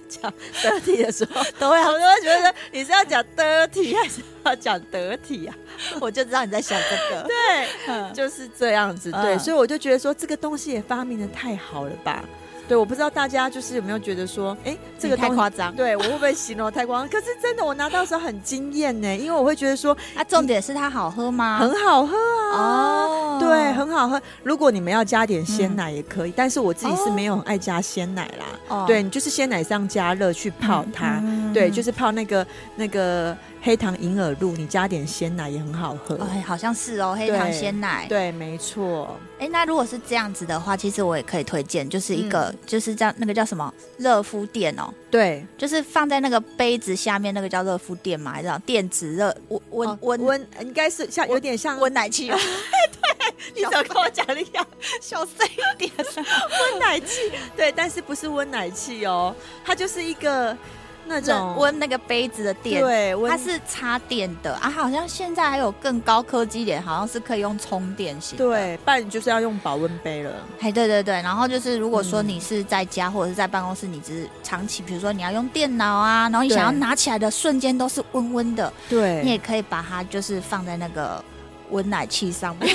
[SPEAKER 1] 讲得体的时候，都会我都会觉得你是要讲得体还是要讲得体啊？
[SPEAKER 2] 我就知道你在想这个。
[SPEAKER 1] 对，
[SPEAKER 2] 嗯
[SPEAKER 1] 就是这样子。对，
[SPEAKER 2] 嗯
[SPEAKER 1] 所以我就觉得说这个东西也发明的太好了吧？对，我不知道大家就是有没有觉得说，哎，这个
[SPEAKER 2] 你太
[SPEAKER 1] 东西
[SPEAKER 2] 夸张。
[SPEAKER 1] [laughs] 对我会不会形容太光？可是真的，我拿到的时候很惊艳呢，因为我会觉得说
[SPEAKER 2] 啊，重点是它好喝吗？
[SPEAKER 1] 很好喝啊。
[SPEAKER 2] 哦，
[SPEAKER 1] 对，很好喝。如果你们要加点鲜奶也可以，但是我自己
[SPEAKER 2] 嗯
[SPEAKER 1] 是
[SPEAKER 2] 哦
[SPEAKER 1] 没有很爱加鲜奶啦。
[SPEAKER 2] 哦
[SPEAKER 1] 对，你就是鲜奶上加热去泡它，
[SPEAKER 2] 嗯
[SPEAKER 1] 对，就是泡那个那个黑糖银耳露，你加点鲜奶也很好喝。
[SPEAKER 2] 哎，好像是哦，黑糖
[SPEAKER 1] 对
[SPEAKER 2] 鲜奶。
[SPEAKER 1] 对，没错，
[SPEAKER 2] 哎，那如果是这样子的话，其实我也可以推荐，就是一
[SPEAKER 1] 嗯
[SPEAKER 2] 个、就是这样那个叫什么热敷垫哦，
[SPEAKER 1] 对，
[SPEAKER 2] 就是放在那个杯子下面那个叫热敷垫嘛，还是叫电子热温
[SPEAKER 1] 哦
[SPEAKER 2] 温温
[SPEAKER 1] 温应该是像有点像，
[SPEAKER 2] 温奶
[SPEAKER 1] [laughs]
[SPEAKER 2] 器？
[SPEAKER 1] 你怎么跟我讲的一样？
[SPEAKER 2] 小声一点，
[SPEAKER 1] 温奶器， [laughs] 对，但是不是温奶器哦，它就是一个那种
[SPEAKER 2] 温温那个杯子的垫。
[SPEAKER 1] 对，温
[SPEAKER 2] 它是插电的啊，好像现在还有更高科技一点，好像是可以用充电型。，
[SPEAKER 1] 对，不然你就是要用保温杯了。
[SPEAKER 2] 哎，对对对，然后就是如果说
[SPEAKER 1] 嗯
[SPEAKER 2] 你是在家或者是在办公室，你只是长期，比如说你要用电脑啊，然后你想要
[SPEAKER 1] 对
[SPEAKER 2] 拿起来的瞬间都是温温的，你
[SPEAKER 1] 对，
[SPEAKER 2] 也可以把它就是放在那个温奶器上
[SPEAKER 1] [laughs]
[SPEAKER 2] 面。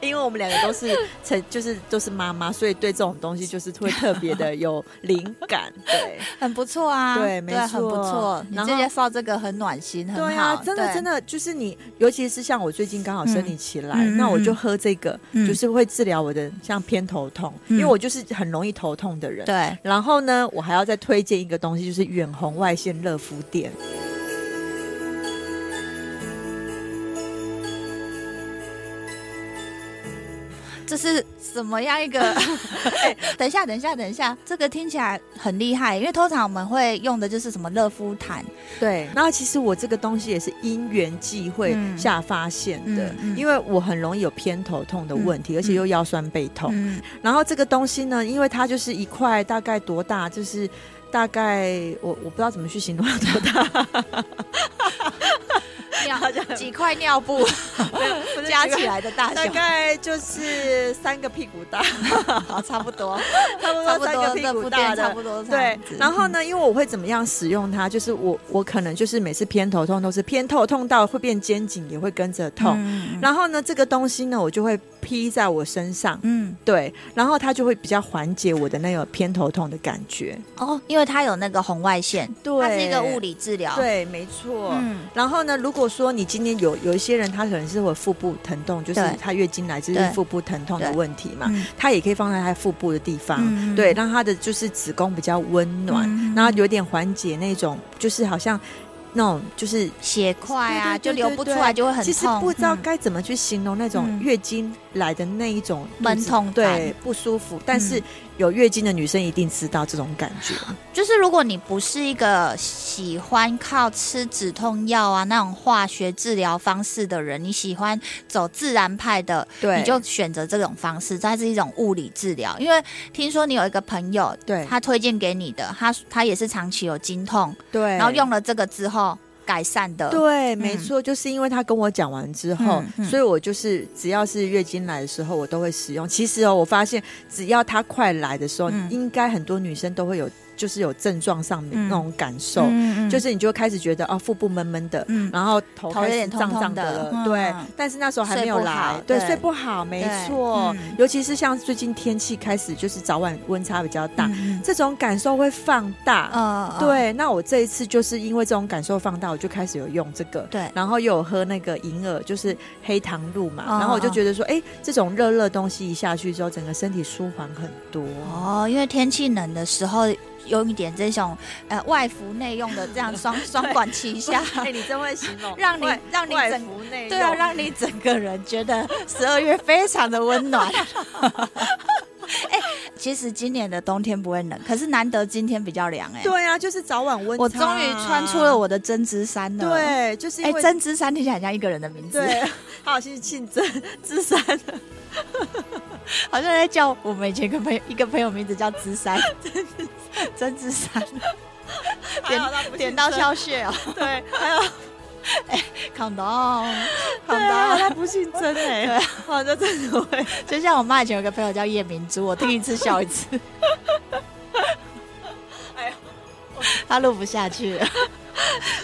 [SPEAKER 1] 因为我们两个都是成， [laughs] 就是都是妈妈，所以对这种东西就是会特别的有灵感。对，
[SPEAKER 2] 很不错啊，
[SPEAKER 1] 对没
[SPEAKER 2] 很不
[SPEAKER 1] 错
[SPEAKER 2] 错。你
[SPEAKER 1] 然
[SPEAKER 2] 直
[SPEAKER 1] 后
[SPEAKER 2] 接烧这个很暖心，很好，
[SPEAKER 1] 对啊，真的真
[SPEAKER 2] 的，
[SPEAKER 1] 的就是你，尤其是像我最近刚好生理期来，
[SPEAKER 2] 嗯嗯
[SPEAKER 1] 那我
[SPEAKER 2] 嗯
[SPEAKER 1] 就喝这个，
[SPEAKER 2] 嗯
[SPEAKER 1] 就是会治疗我的像偏头痛，
[SPEAKER 2] 嗯
[SPEAKER 1] 因为我就是很容易头痛的人。
[SPEAKER 2] 对，
[SPEAKER 1] 然后呢，我还要再推荐一个东西，就是远红外线热敷垫。
[SPEAKER 2] 这是什么样一个？
[SPEAKER 1] [laughs]
[SPEAKER 2] 哎等一下，等一下，等一下，这个听起来很厉害，因为通常我们会用的就是什么热敷毯，
[SPEAKER 1] 对，然后其实我这个东西也是因缘际会
[SPEAKER 2] 嗯
[SPEAKER 1] 下发现的，
[SPEAKER 2] 嗯嗯
[SPEAKER 1] 因为我很容易有偏头痛的问题，
[SPEAKER 2] 嗯
[SPEAKER 1] 而且又腰酸背痛。
[SPEAKER 2] 嗯，
[SPEAKER 1] [laughs] 然后这个东西呢，因为它就是一块大概多大，就是大概我我不知道怎么去形容它多大，好像
[SPEAKER 2] 尿几块尿布加起来的 [laughs] 大
[SPEAKER 1] 大
[SPEAKER 2] 小，
[SPEAKER 1] 概就是三个屁股大，
[SPEAKER 2] 好， [laughs] 差不多，
[SPEAKER 1] [laughs] 差不
[SPEAKER 2] 差
[SPEAKER 1] 多
[SPEAKER 2] 不
[SPEAKER 1] 三个
[SPEAKER 2] 多，
[SPEAKER 1] 屁
[SPEAKER 2] 热
[SPEAKER 1] 股
[SPEAKER 2] 敷
[SPEAKER 1] 大
[SPEAKER 2] 垫差
[SPEAKER 1] 的。
[SPEAKER 2] 不多这
[SPEAKER 1] 对
[SPEAKER 2] 样子，嗯
[SPEAKER 1] 然后？呢，因为我会怎么样使用它？就是我我可能就是每次偏头痛都是偏头痛到会变肩颈，也会跟着痛。
[SPEAKER 2] 嗯，
[SPEAKER 1] 然后呢，这个东西呢，我就会披在我身上，
[SPEAKER 2] 嗯，
[SPEAKER 1] 对，然后它就会比较缓解我的那个偏头痛的感觉。
[SPEAKER 2] 哦，因为它有那个红外线，
[SPEAKER 1] 对
[SPEAKER 2] 它是一个物理治疗，，
[SPEAKER 1] 对，没错。
[SPEAKER 2] 嗯，
[SPEAKER 1] 然后呢，如果说你今天有有一些人，他可能是有腹部疼痛，就是
[SPEAKER 2] 对
[SPEAKER 1] 他月经来就是
[SPEAKER 2] 对
[SPEAKER 1] 腹部疼痛的
[SPEAKER 2] 对
[SPEAKER 1] 问题嘛，
[SPEAKER 2] 嗯
[SPEAKER 1] 他也可以放在他腹部的地方，
[SPEAKER 2] 嗯
[SPEAKER 1] 对，让他的就是子宫比较温暖，
[SPEAKER 2] 嗯
[SPEAKER 1] 然后有点缓解那种就是好像。那种就是
[SPEAKER 2] 血块啊，
[SPEAKER 1] 对对对对
[SPEAKER 2] 就流不出来，就会很痛。
[SPEAKER 1] 其实不知道
[SPEAKER 2] 嗯
[SPEAKER 1] 该怎么去形容那种
[SPEAKER 2] 嗯
[SPEAKER 1] 月经来的那一种肚
[SPEAKER 2] 闷
[SPEAKER 1] 子
[SPEAKER 2] 痛感嗯
[SPEAKER 1] 对不舒服。但是有月经的女生一定知道这种感
[SPEAKER 2] [laughs]
[SPEAKER 1] 觉。
[SPEAKER 2] 就是如果你不是一个喜欢靠吃止痛药啊那种化学治疗方式的人，你喜欢走自然派的，
[SPEAKER 1] 对，
[SPEAKER 2] 你就选择这种方式，它是一种物理治疗。因为听说你有一个朋友，
[SPEAKER 1] 对
[SPEAKER 2] 他推荐给你的，他他也是长期有经痛，
[SPEAKER 1] 对，
[SPEAKER 2] 然后用了这个之后改善的。
[SPEAKER 1] 对，没
[SPEAKER 2] 嗯
[SPEAKER 1] 错，就是因为他跟我讲完之后
[SPEAKER 2] 嗯，嗯
[SPEAKER 1] 所以我就是只要是月经来的时候，我都会使用。其实哦，我发现只要它快来的时候，
[SPEAKER 2] 嗯
[SPEAKER 1] 应该很多女生都会有，就是有症状上面
[SPEAKER 2] 嗯
[SPEAKER 1] 那种感受，
[SPEAKER 2] 嗯嗯
[SPEAKER 1] 就是你就会开始觉得哦，腹部闷闷的。
[SPEAKER 2] 嗯
[SPEAKER 1] 然后头
[SPEAKER 2] 头
[SPEAKER 1] 开
[SPEAKER 2] 有
[SPEAKER 1] 始
[SPEAKER 2] 点
[SPEAKER 1] 胀
[SPEAKER 2] 痛
[SPEAKER 1] 胀
[SPEAKER 2] 痛的
[SPEAKER 1] 的了，
[SPEAKER 2] 嗯
[SPEAKER 1] 对
[SPEAKER 2] 嗯，
[SPEAKER 1] 但是那时候还没有
[SPEAKER 2] 睡不好
[SPEAKER 1] 来，对，
[SPEAKER 2] 对
[SPEAKER 1] 睡不好，没
[SPEAKER 2] 对
[SPEAKER 1] 错
[SPEAKER 2] 嗯，
[SPEAKER 1] 尤其是像最近天气开始就是早晚温差比较大，
[SPEAKER 2] 嗯
[SPEAKER 1] 这种感受会放大，
[SPEAKER 2] 呃，
[SPEAKER 1] 对，那我这一次就是因为这种感受放大，我就开始有用这个，
[SPEAKER 2] 对
[SPEAKER 1] 然后又有喝那个银耳，就是黑糖露嘛，
[SPEAKER 2] 哦
[SPEAKER 1] 然后我就觉得说，哎、这种热热东西一下去之后，整个身体舒缓很多。
[SPEAKER 2] 哦，因为天气冷的时候。有一点这种呃外服内用的这样
[SPEAKER 1] [laughs]
[SPEAKER 2] 双双管齐下，
[SPEAKER 1] 哎、你真会形容
[SPEAKER 2] 让你
[SPEAKER 1] 外
[SPEAKER 2] 让你
[SPEAKER 1] 外
[SPEAKER 2] 整
[SPEAKER 1] 服内
[SPEAKER 2] 对啊，
[SPEAKER 1] 用
[SPEAKER 2] 让你整个人觉得十二月非常的温
[SPEAKER 1] [laughs]
[SPEAKER 2] 暖。哎、其实今年的冬天不会冷，可是难得今天比较凉哎、
[SPEAKER 1] 对啊，就是早晚温差。
[SPEAKER 2] 我终于穿出了我的针织衫了。，
[SPEAKER 1] 对，就是因
[SPEAKER 2] 哎、
[SPEAKER 1] 为、
[SPEAKER 2] 针织衫听起来很像一个人的名字，
[SPEAKER 1] 对， [laughs] 好是庆 [laughs] 真之山，
[SPEAKER 2] 好像在叫我们以前一个朋友一个朋友名字叫织
[SPEAKER 1] [laughs]
[SPEAKER 2] 衫，针织衫，
[SPEAKER 1] 还好他不姓
[SPEAKER 2] 点到
[SPEAKER 1] 曾，
[SPEAKER 2] 笑穴哦，哎
[SPEAKER 1] 对，还
[SPEAKER 2] [laughs]
[SPEAKER 1] 有
[SPEAKER 2] 扛到
[SPEAKER 1] 好
[SPEAKER 2] 扛
[SPEAKER 1] 的，
[SPEAKER 2] 到。
[SPEAKER 1] 啊他不姓 [laughs] 曾哎、欸，好，这真的会。
[SPEAKER 2] 就像我妈以前有个朋友叫叶明珠，我听一次笑一 [laughs] 次，
[SPEAKER 1] 哎呦
[SPEAKER 2] 她录不下去了。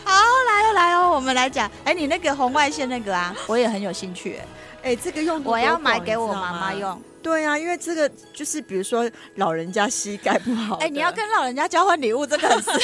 [SPEAKER 2] 好，来哦来哦，我们来讲，哎、你那个红外线那个啊，我也很有兴趣、哎
[SPEAKER 1] [laughs] 哎、这个用途
[SPEAKER 2] 我要
[SPEAKER 1] 多
[SPEAKER 2] 买
[SPEAKER 1] 广
[SPEAKER 2] 给
[SPEAKER 1] 你
[SPEAKER 2] 我
[SPEAKER 1] 知道
[SPEAKER 2] 妈妈
[SPEAKER 1] 吗
[SPEAKER 2] 用。
[SPEAKER 1] 对啊，因为这个就是比如说老人家膝盖不好的，
[SPEAKER 2] 哎、你要跟老人家交换礼物，这个很适合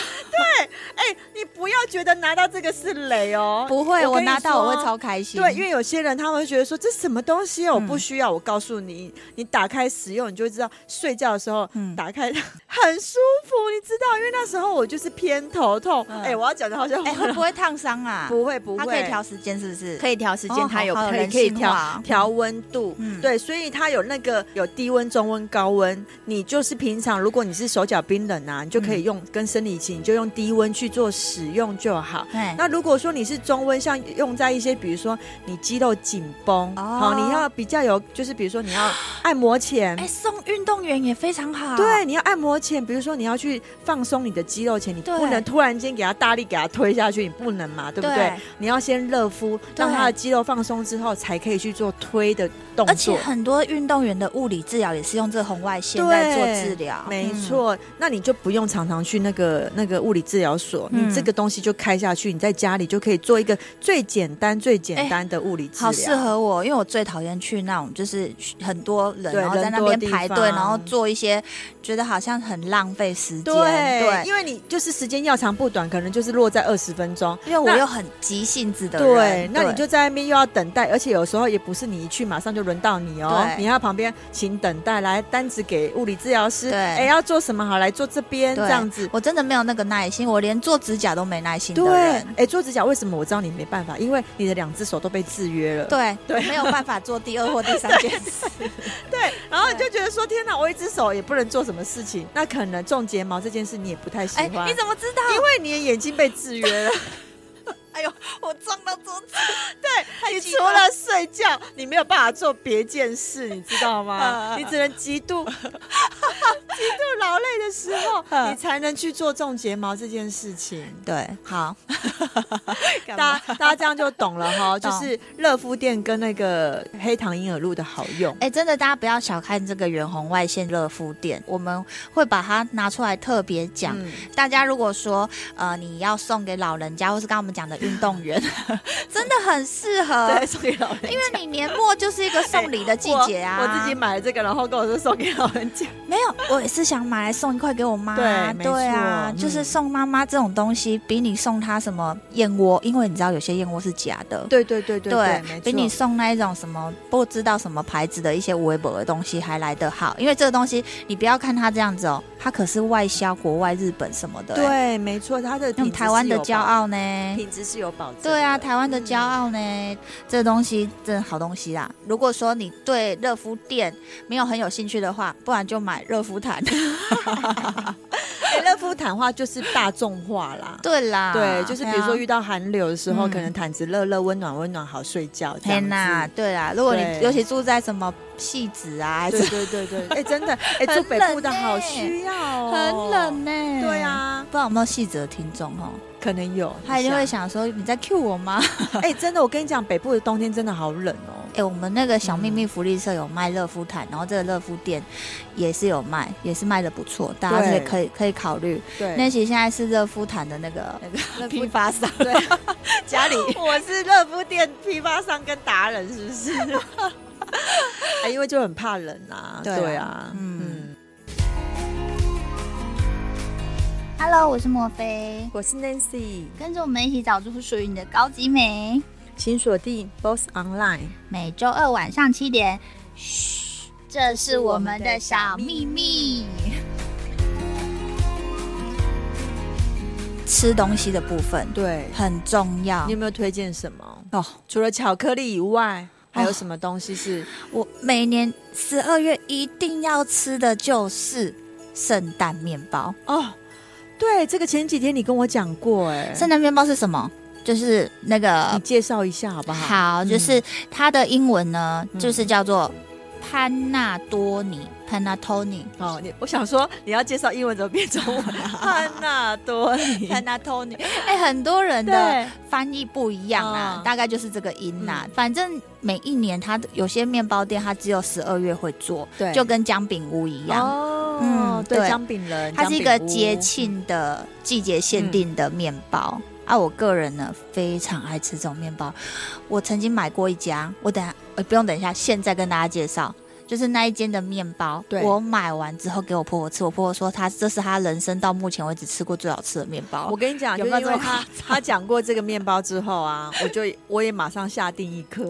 [SPEAKER 1] 哎、你不要觉得拿到这个是雷哦，
[SPEAKER 2] [laughs] 不会，我
[SPEAKER 1] 跟你
[SPEAKER 2] 拿到我会
[SPEAKER 1] 说
[SPEAKER 2] 超开心。
[SPEAKER 1] 对，因为有些人他们会觉得说这什么东西啊我不
[SPEAKER 2] 嗯
[SPEAKER 1] 需要。我告诉你，你打开使用，你就会知道睡觉的时候、
[SPEAKER 2] 嗯
[SPEAKER 1] 打开它 [laughs] 很舒服，你知道？因为那时候我就是偏头痛，哎、
[SPEAKER 2] 嗯
[SPEAKER 1] 我要讲的好像
[SPEAKER 2] 哎、
[SPEAKER 1] 我
[SPEAKER 2] 会不会烫伤啊？
[SPEAKER 1] 不会不会，
[SPEAKER 2] 它可以调时间，是不是？
[SPEAKER 1] 可以调时间，
[SPEAKER 2] 哦
[SPEAKER 1] 它有
[SPEAKER 2] 好好
[SPEAKER 1] 可以
[SPEAKER 2] 人
[SPEAKER 1] 可以
[SPEAKER 2] 性化
[SPEAKER 1] 调调温度，
[SPEAKER 2] 嗯
[SPEAKER 1] 对，所以它有那个有低温、中温、高温。你就是平常如果你是手脚冰冷啊，你就
[SPEAKER 2] 嗯
[SPEAKER 1] 可以用、跟生理期，你就用低温去做使用就好。
[SPEAKER 2] 哎，
[SPEAKER 1] 那如果说你是中温，像用在一些，比如说你肌肉紧绷，
[SPEAKER 2] 哦
[SPEAKER 1] 好、你要比较有，就是比如说你要按摩前，
[SPEAKER 2] 哎、送运动员也非常好。
[SPEAKER 1] 对，你要按摩前，比如说你要去放松你的肌肉前，你
[SPEAKER 2] 对
[SPEAKER 1] 不能突然间给它大力给它推下去，你不能嘛，对不对？
[SPEAKER 2] 对
[SPEAKER 1] 你要先热敷，让
[SPEAKER 2] 对
[SPEAKER 1] 它的肌肉放松之后，才可以去做推的动
[SPEAKER 2] 而且
[SPEAKER 1] 作。
[SPEAKER 2] 很多运动员的物理治疗也是用这个红外线
[SPEAKER 1] 对
[SPEAKER 2] 在做治疗，
[SPEAKER 1] 没
[SPEAKER 2] 嗯。
[SPEAKER 1] 错，那你就不用常常去那个那个物理治疗所，
[SPEAKER 2] 嗯
[SPEAKER 1] 你这个东西就开下去，你在家里就可以做一个最简单、最简单的物理治疗。
[SPEAKER 2] 哎好适合我，因为我最讨厌去那种就是很多人，
[SPEAKER 1] 对
[SPEAKER 2] 然后在那
[SPEAKER 1] 人多
[SPEAKER 2] 边
[SPEAKER 1] 地
[SPEAKER 2] 排队，
[SPEAKER 1] 方
[SPEAKER 2] 然后做一些觉得好像很浪费时间。
[SPEAKER 1] 对，
[SPEAKER 2] 对，
[SPEAKER 1] 因为你就是时间要长不短，可能就是落在二十分钟。
[SPEAKER 2] 因为我
[SPEAKER 1] 那
[SPEAKER 2] 又很急性子的
[SPEAKER 1] 对
[SPEAKER 2] 人，，
[SPEAKER 1] 那你就在那边又要等待，而且有时候也不是你一去马上就轮到你哦，
[SPEAKER 2] 对
[SPEAKER 1] 你要旁边请等待，来单子给物理治疗师，
[SPEAKER 2] 对
[SPEAKER 1] 哎，要做什么好来做这边
[SPEAKER 2] 对
[SPEAKER 1] 这样子。
[SPEAKER 2] 我真的没有那个耐心，我连做指甲都没耐心的
[SPEAKER 1] 对，
[SPEAKER 2] 人。
[SPEAKER 1] 哎，做指甲为什么我知道你没办法？因为你的两只手都被制约了。
[SPEAKER 2] 对
[SPEAKER 1] 对
[SPEAKER 2] 我没有办法做第二或第三件
[SPEAKER 1] [laughs]
[SPEAKER 2] 事。
[SPEAKER 1] 对，然后你就觉得说天哪，我一只手也不能做什么事情。那可能种睫毛这件事你也不太喜
[SPEAKER 2] 哎，
[SPEAKER 1] 欢，
[SPEAKER 2] 你怎么知道？
[SPEAKER 1] 因为你的眼睛被制约了。
[SPEAKER 2] 哎呦，我撞到桌子。
[SPEAKER 1] 你除
[SPEAKER 2] 激动
[SPEAKER 1] 了睡觉，你没有办法做别件事，你知道 [laughs] 吗？
[SPEAKER 2] 嗯嗯嗯
[SPEAKER 1] 你只能极 [laughs] 度极度劳累的时 [laughs] 候，
[SPEAKER 2] 嗯
[SPEAKER 1] 你才能去做种睫毛这件事情。
[SPEAKER 2] 对，好，
[SPEAKER 1] 大家大家这样就 [laughs] 懂了哈，就
[SPEAKER 2] 懂
[SPEAKER 1] 是热敷垫跟那个黑糖银耳露的好用。
[SPEAKER 2] 哎、真的，大家不要小看这个远红外线热敷垫，我们会把它拿出来特别讲。
[SPEAKER 1] 嗯
[SPEAKER 2] 大家如果 [laughs] 说呃你要送给老人家，或是刚刚我们讲的运动员，真的很适合合，
[SPEAKER 1] 嗯对，送给老人家。
[SPEAKER 2] 因为你年末就是一个送礼的季节啊、
[SPEAKER 1] 我，我自己买了这个，然后跟我说送给老人家。
[SPEAKER 2] 没有，我也是想买来送一块给我妈。
[SPEAKER 1] 对没
[SPEAKER 2] 对啊，
[SPEAKER 1] 错
[SPEAKER 2] 就是
[SPEAKER 1] 嗯
[SPEAKER 2] 送妈妈这种东西，比你送她什么燕窝，因为你知道有些燕窝是假的。
[SPEAKER 1] 对对对对没
[SPEAKER 2] 比你
[SPEAKER 1] 错。
[SPEAKER 2] 送那一种什么不知道什么牌子的一些微博的东西还来得好，因为这个东西你不要看它这样子哦，它可是外销国外、日本什么的、欸，
[SPEAKER 1] 对，没错，它的
[SPEAKER 2] 用
[SPEAKER 1] 品质
[SPEAKER 2] 台湾
[SPEAKER 1] 是
[SPEAKER 2] 的
[SPEAKER 1] 有
[SPEAKER 2] 骄
[SPEAKER 1] 保，
[SPEAKER 2] 傲呢。
[SPEAKER 1] 品质是有保证的。嗯
[SPEAKER 2] 对啊，台湾的骄傲呢，这东西真的好东西啦。如果说你对热敷垫没有很有兴趣的话，不然就买热敷毯。
[SPEAKER 1] [laughs]
[SPEAKER 2] [laughs]
[SPEAKER 1] 哎乐肤毯话就是大众化啦。
[SPEAKER 2] 对啦，
[SPEAKER 1] 对，就是比如说
[SPEAKER 2] 嘿啊
[SPEAKER 1] 遇到寒流的时候，
[SPEAKER 2] 嗯
[SPEAKER 1] 可能毯子热热、温暖温暖，好睡觉这样
[SPEAKER 2] 天呐
[SPEAKER 1] 子。，
[SPEAKER 2] 对啦，如果你
[SPEAKER 1] 对
[SPEAKER 2] 尤其住在什么戏子啊，还
[SPEAKER 1] 对
[SPEAKER 2] 是
[SPEAKER 1] 对对 [laughs] 对，哎，真的，哎，
[SPEAKER 2] 很
[SPEAKER 1] 住北部的
[SPEAKER 2] 冷
[SPEAKER 1] 好
[SPEAKER 2] 欸
[SPEAKER 1] 需要哦，
[SPEAKER 2] 很冷呢、
[SPEAKER 1] 对，啊，
[SPEAKER 2] 不知道有没有戏子的听众哦，
[SPEAKER 1] 可能有，
[SPEAKER 2] 他一定会想说你在 cue 我吗？ [laughs]
[SPEAKER 1] 想，哎，真的，我跟你讲，北部的冬天真的好冷哦。
[SPEAKER 2] 哎、我们那个小秘密福利社有卖热敷毯，然后这个热敷垫也是有卖，也是卖的不错，大家可以
[SPEAKER 1] 对
[SPEAKER 2] 可以可以考虑。
[SPEAKER 1] 对，
[SPEAKER 2] 那其实现在是热敷毯的那个 [laughs]
[SPEAKER 1] 热敷
[SPEAKER 2] 批发商，
[SPEAKER 1] 对， [laughs] 家里 [laughs] 我是热敷店批发商跟达人，是不是？ [laughs] 哎，因为就很怕冷啊，
[SPEAKER 2] 对
[SPEAKER 1] 对
[SPEAKER 2] 啊
[SPEAKER 1] 啊，
[SPEAKER 2] 嗯
[SPEAKER 1] 嗯。
[SPEAKER 3] Hello，我是莫菲，
[SPEAKER 1] 我是 Nancy，
[SPEAKER 3] 跟着我们一起找出属于你的高级美。
[SPEAKER 1] 请锁定 Boss Online。
[SPEAKER 3] 每周二晚上七点，嘘，这是我们的小秘密。
[SPEAKER 2] 吃东西的部分
[SPEAKER 1] 对，
[SPEAKER 2] 很重要
[SPEAKER 1] 你有没有推荐什么？
[SPEAKER 2] 哦。
[SPEAKER 1] 除了巧克力以外，还有什么东西是？
[SPEAKER 2] 我每年十二月一定要吃的就是圣诞面包。
[SPEAKER 1] 哦，对，这个前几天你跟我讲过、哎，
[SPEAKER 2] 圣诞面包是什么？就是那
[SPEAKER 1] 你
[SPEAKER 2] 个
[SPEAKER 1] 介绍一下好不好？
[SPEAKER 2] 好，
[SPEAKER 1] 嗯
[SPEAKER 2] 就是它的英文呢，
[SPEAKER 1] 嗯
[SPEAKER 2] 就是叫做潘纳多尼 （Panettone）。
[SPEAKER 1] 哦，你我想说你要介绍英文怎么变中文？啊
[SPEAKER 2] [laughs]
[SPEAKER 1] 汉纳多尼，
[SPEAKER 2] 纳托尼， [laughs] 哎，很多人的
[SPEAKER 1] 对，
[SPEAKER 2] 翻译不一样啊，
[SPEAKER 1] 嗯
[SPEAKER 2] 大概就是这个音呐、反正每一年它有些面包店它只有十二月会做，
[SPEAKER 1] 对
[SPEAKER 2] 就跟姜饼屋一样。
[SPEAKER 1] 哦，
[SPEAKER 2] 嗯对
[SPEAKER 1] 对，姜饼人，
[SPEAKER 2] 它是一个
[SPEAKER 1] 姜饼屋
[SPEAKER 2] 节，庆的季节限定的面包。啊，我个人呢非常爱吃这种面包，我曾经买过一家，我等下，呃，不用等一下，现在跟大家介绍，就是那一间的面包，
[SPEAKER 1] 对
[SPEAKER 2] 我买完之后给我婆婆吃，我婆婆说她这是她人生到目前为止吃过最好吃的面包
[SPEAKER 1] 我。跟你讲，
[SPEAKER 2] 有
[SPEAKER 1] 就
[SPEAKER 2] 没
[SPEAKER 1] 是
[SPEAKER 2] 有
[SPEAKER 1] 因为
[SPEAKER 2] 这么
[SPEAKER 1] 他他讲过这个面包之后啊，我就我也马上下定一颗，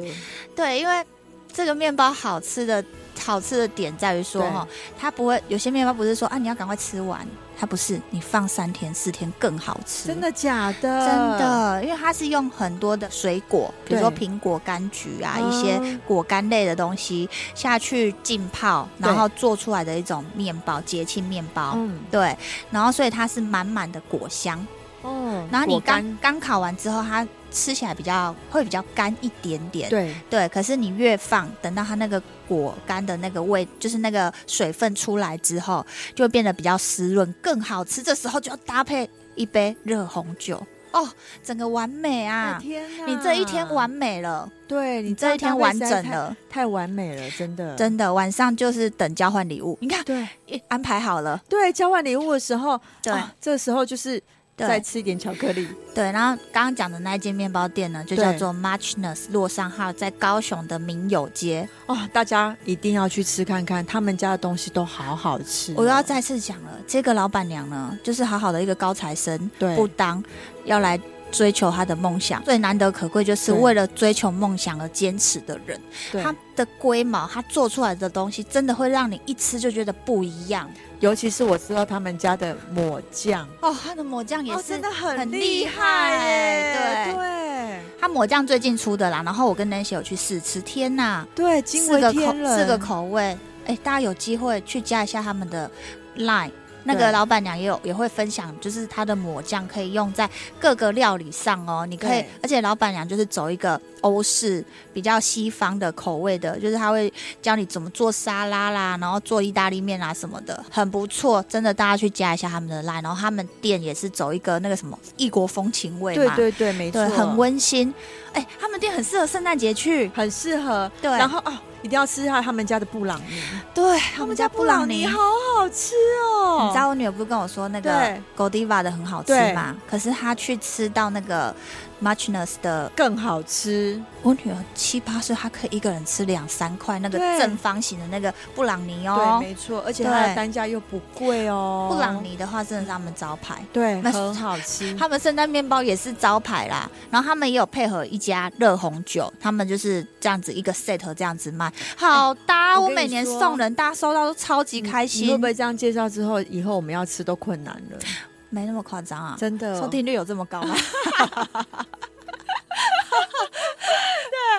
[SPEAKER 2] 对，因为这个面包好吃的好吃的点在于说
[SPEAKER 1] 对
[SPEAKER 2] 哈，它不会有些面包不是说啊你要赶快吃完，它不是，你放三天四天更好吃，
[SPEAKER 1] 真的假的？
[SPEAKER 2] 真的，因为它是用很多的水果，比如说
[SPEAKER 1] 嗯对
[SPEAKER 2] 苹果、柑橘啊，
[SPEAKER 1] 哦
[SPEAKER 2] 一些果干类的东西下去浸泡，
[SPEAKER 1] 对
[SPEAKER 2] 然后做出来的一种面包，节庆面包。
[SPEAKER 1] 嗯
[SPEAKER 2] 对，然后所以它是满满的果香，
[SPEAKER 1] 哦
[SPEAKER 2] 然后你
[SPEAKER 1] 果干
[SPEAKER 2] 刚刚烤完之后，它吃起来比较会比较干一点点，
[SPEAKER 1] 对
[SPEAKER 2] 对，可是你越放，等到它那个果干的那个味，就是那个水分出来之后，就会变得比较湿润，更好吃。这时候就要搭配一杯热红酒哦，整个完美啊！
[SPEAKER 1] 哎天哪
[SPEAKER 2] 你这一天完，美了，
[SPEAKER 1] 对
[SPEAKER 2] 你这一天完整，了，
[SPEAKER 1] 太完美了，真的，
[SPEAKER 2] 真的。晚上就是等交换礼物，你看
[SPEAKER 1] 对
[SPEAKER 2] 一安排好了，
[SPEAKER 1] 对，交换礼物的时候，
[SPEAKER 2] 对、
[SPEAKER 1] 啊这时候就是再
[SPEAKER 2] 对
[SPEAKER 1] 吃一点巧克力，
[SPEAKER 2] 对。然后刚刚讲的那一间面包店呢，就
[SPEAKER 1] 对
[SPEAKER 2] 叫做 Muchness 洛上号，在高雄的民友街。
[SPEAKER 1] 哦，大家一定要去吃看看，他们家的东西都好好吃哦、
[SPEAKER 2] 我又要再次讲了，这个老板娘呢，就是好好的一个高材生，
[SPEAKER 1] 对
[SPEAKER 2] 不当要来追求她的梦想，最难得可贵就是
[SPEAKER 1] 对
[SPEAKER 2] 为了追求梦想而坚持的人。
[SPEAKER 1] 对
[SPEAKER 2] 她的龟毛，她做出来的东西真的会让你一吃就觉得不一样
[SPEAKER 1] 尤其是我吃到他们家的抹酱，
[SPEAKER 2] 哦。她的抹酱也是、很
[SPEAKER 1] 很
[SPEAKER 2] 厉
[SPEAKER 1] 害
[SPEAKER 2] 害
[SPEAKER 1] 耶
[SPEAKER 2] 对
[SPEAKER 1] 对
[SPEAKER 2] 她抹酱最近出的啦，然后我跟 Nancy 有去试吃，天呐，
[SPEAKER 1] 对，惊
[SPEAKER 2] 四
[SPEAKER 1] 为
[SPEAKER 2] 个口
[SPEAKER 1] 天人，
[SPEAKER 2] 四个口味，哎，大家有机会去加一下他们的 line。那个
[SPEAKER 1] 对
[SPEAKER 2] 老板娘也有也会分享，就是她的抹酱可以用在各个料理上哦。你可以
[SPEAKER 1] 对，
[SPEAKER 2] 而且老板娘就是走一个欧式比较西方的口味的，就是她会教你怎么做沙拉啦，然后做意大利面啊什么的，很不错。真的，大家去加一下他们的 line，然后他们店也是走一个那个什么异国风情味
[SPEAKER 1] 对
[SPEAKER 2] 嘛，
[SPEAKER 1] 对对，没错，
[SPEAKER 2] 对很，温馨。哎，他们店很适合圣诞节去，
[SPEAKER 1] 很适合。
[SPEAKER 2] 对，
[SPEAKER 1] 然后哦，一定要吃一下他们家的布朗尼，
[SPEAKER 2] 对
[SPEAKER 1] 他
[SPEAKER 2] 他
[SPEAKER 1] 们家布朗尼好好吃哦，
[SPEAKER 2] 你知道我女儿不是跟我说那个
[SPEAKER 1] 对
[SPEAKER 2] Godiva 的很好吃
[SPEAKER 1] 对
[SPEAKER 2] 嘛？可是她去吃到那个 Muchness 的，
[SPEAKER 1] 更好吃。
[SPEAKER 2] 我女儿七八岁，她可以一个人吃两三块那个
[SPEAKER 1] 对
[SPEAKER 2] 正方形的那个布朗尼
[SPEAKER 1] 对，
[SPEAKER 2] 哦。
[SPEAKER 1] 没错，而且它的单价又不贵哦。
[SPEAKER 2] 布朗尼的话，真的是他们招牌。
[SPEAKER 1] 对，
[SPEAKER 2] 那
[SPEAKER 1] 很好吃。
[SPEAKER 2] 他们圣诞面包也是招牌啦，然后他们也有配合一家热红酒，他们就是这样子一个 set 这样子卖，好搭！
[SPEAKER 1] 哎我
[SPEAKER 2] 我
[SPEAKER 1] 跟你
[SPEAKER 2] 每年
[SPEAKER 1] 说嗯
[SPEAKER 2] 送人，大家收到都超级开
[SPEAKER 1] 你会
[SPEAKER 2] 心
[SPEAKER 1] 不，会这样介绍之后，以后我们要吃都困难了？
[SPEAKER 2] 没那么夸张啊。
[SPEAKER 1] 真的
[SPEAKER 2] 收听率有这么高吗？ [laughs]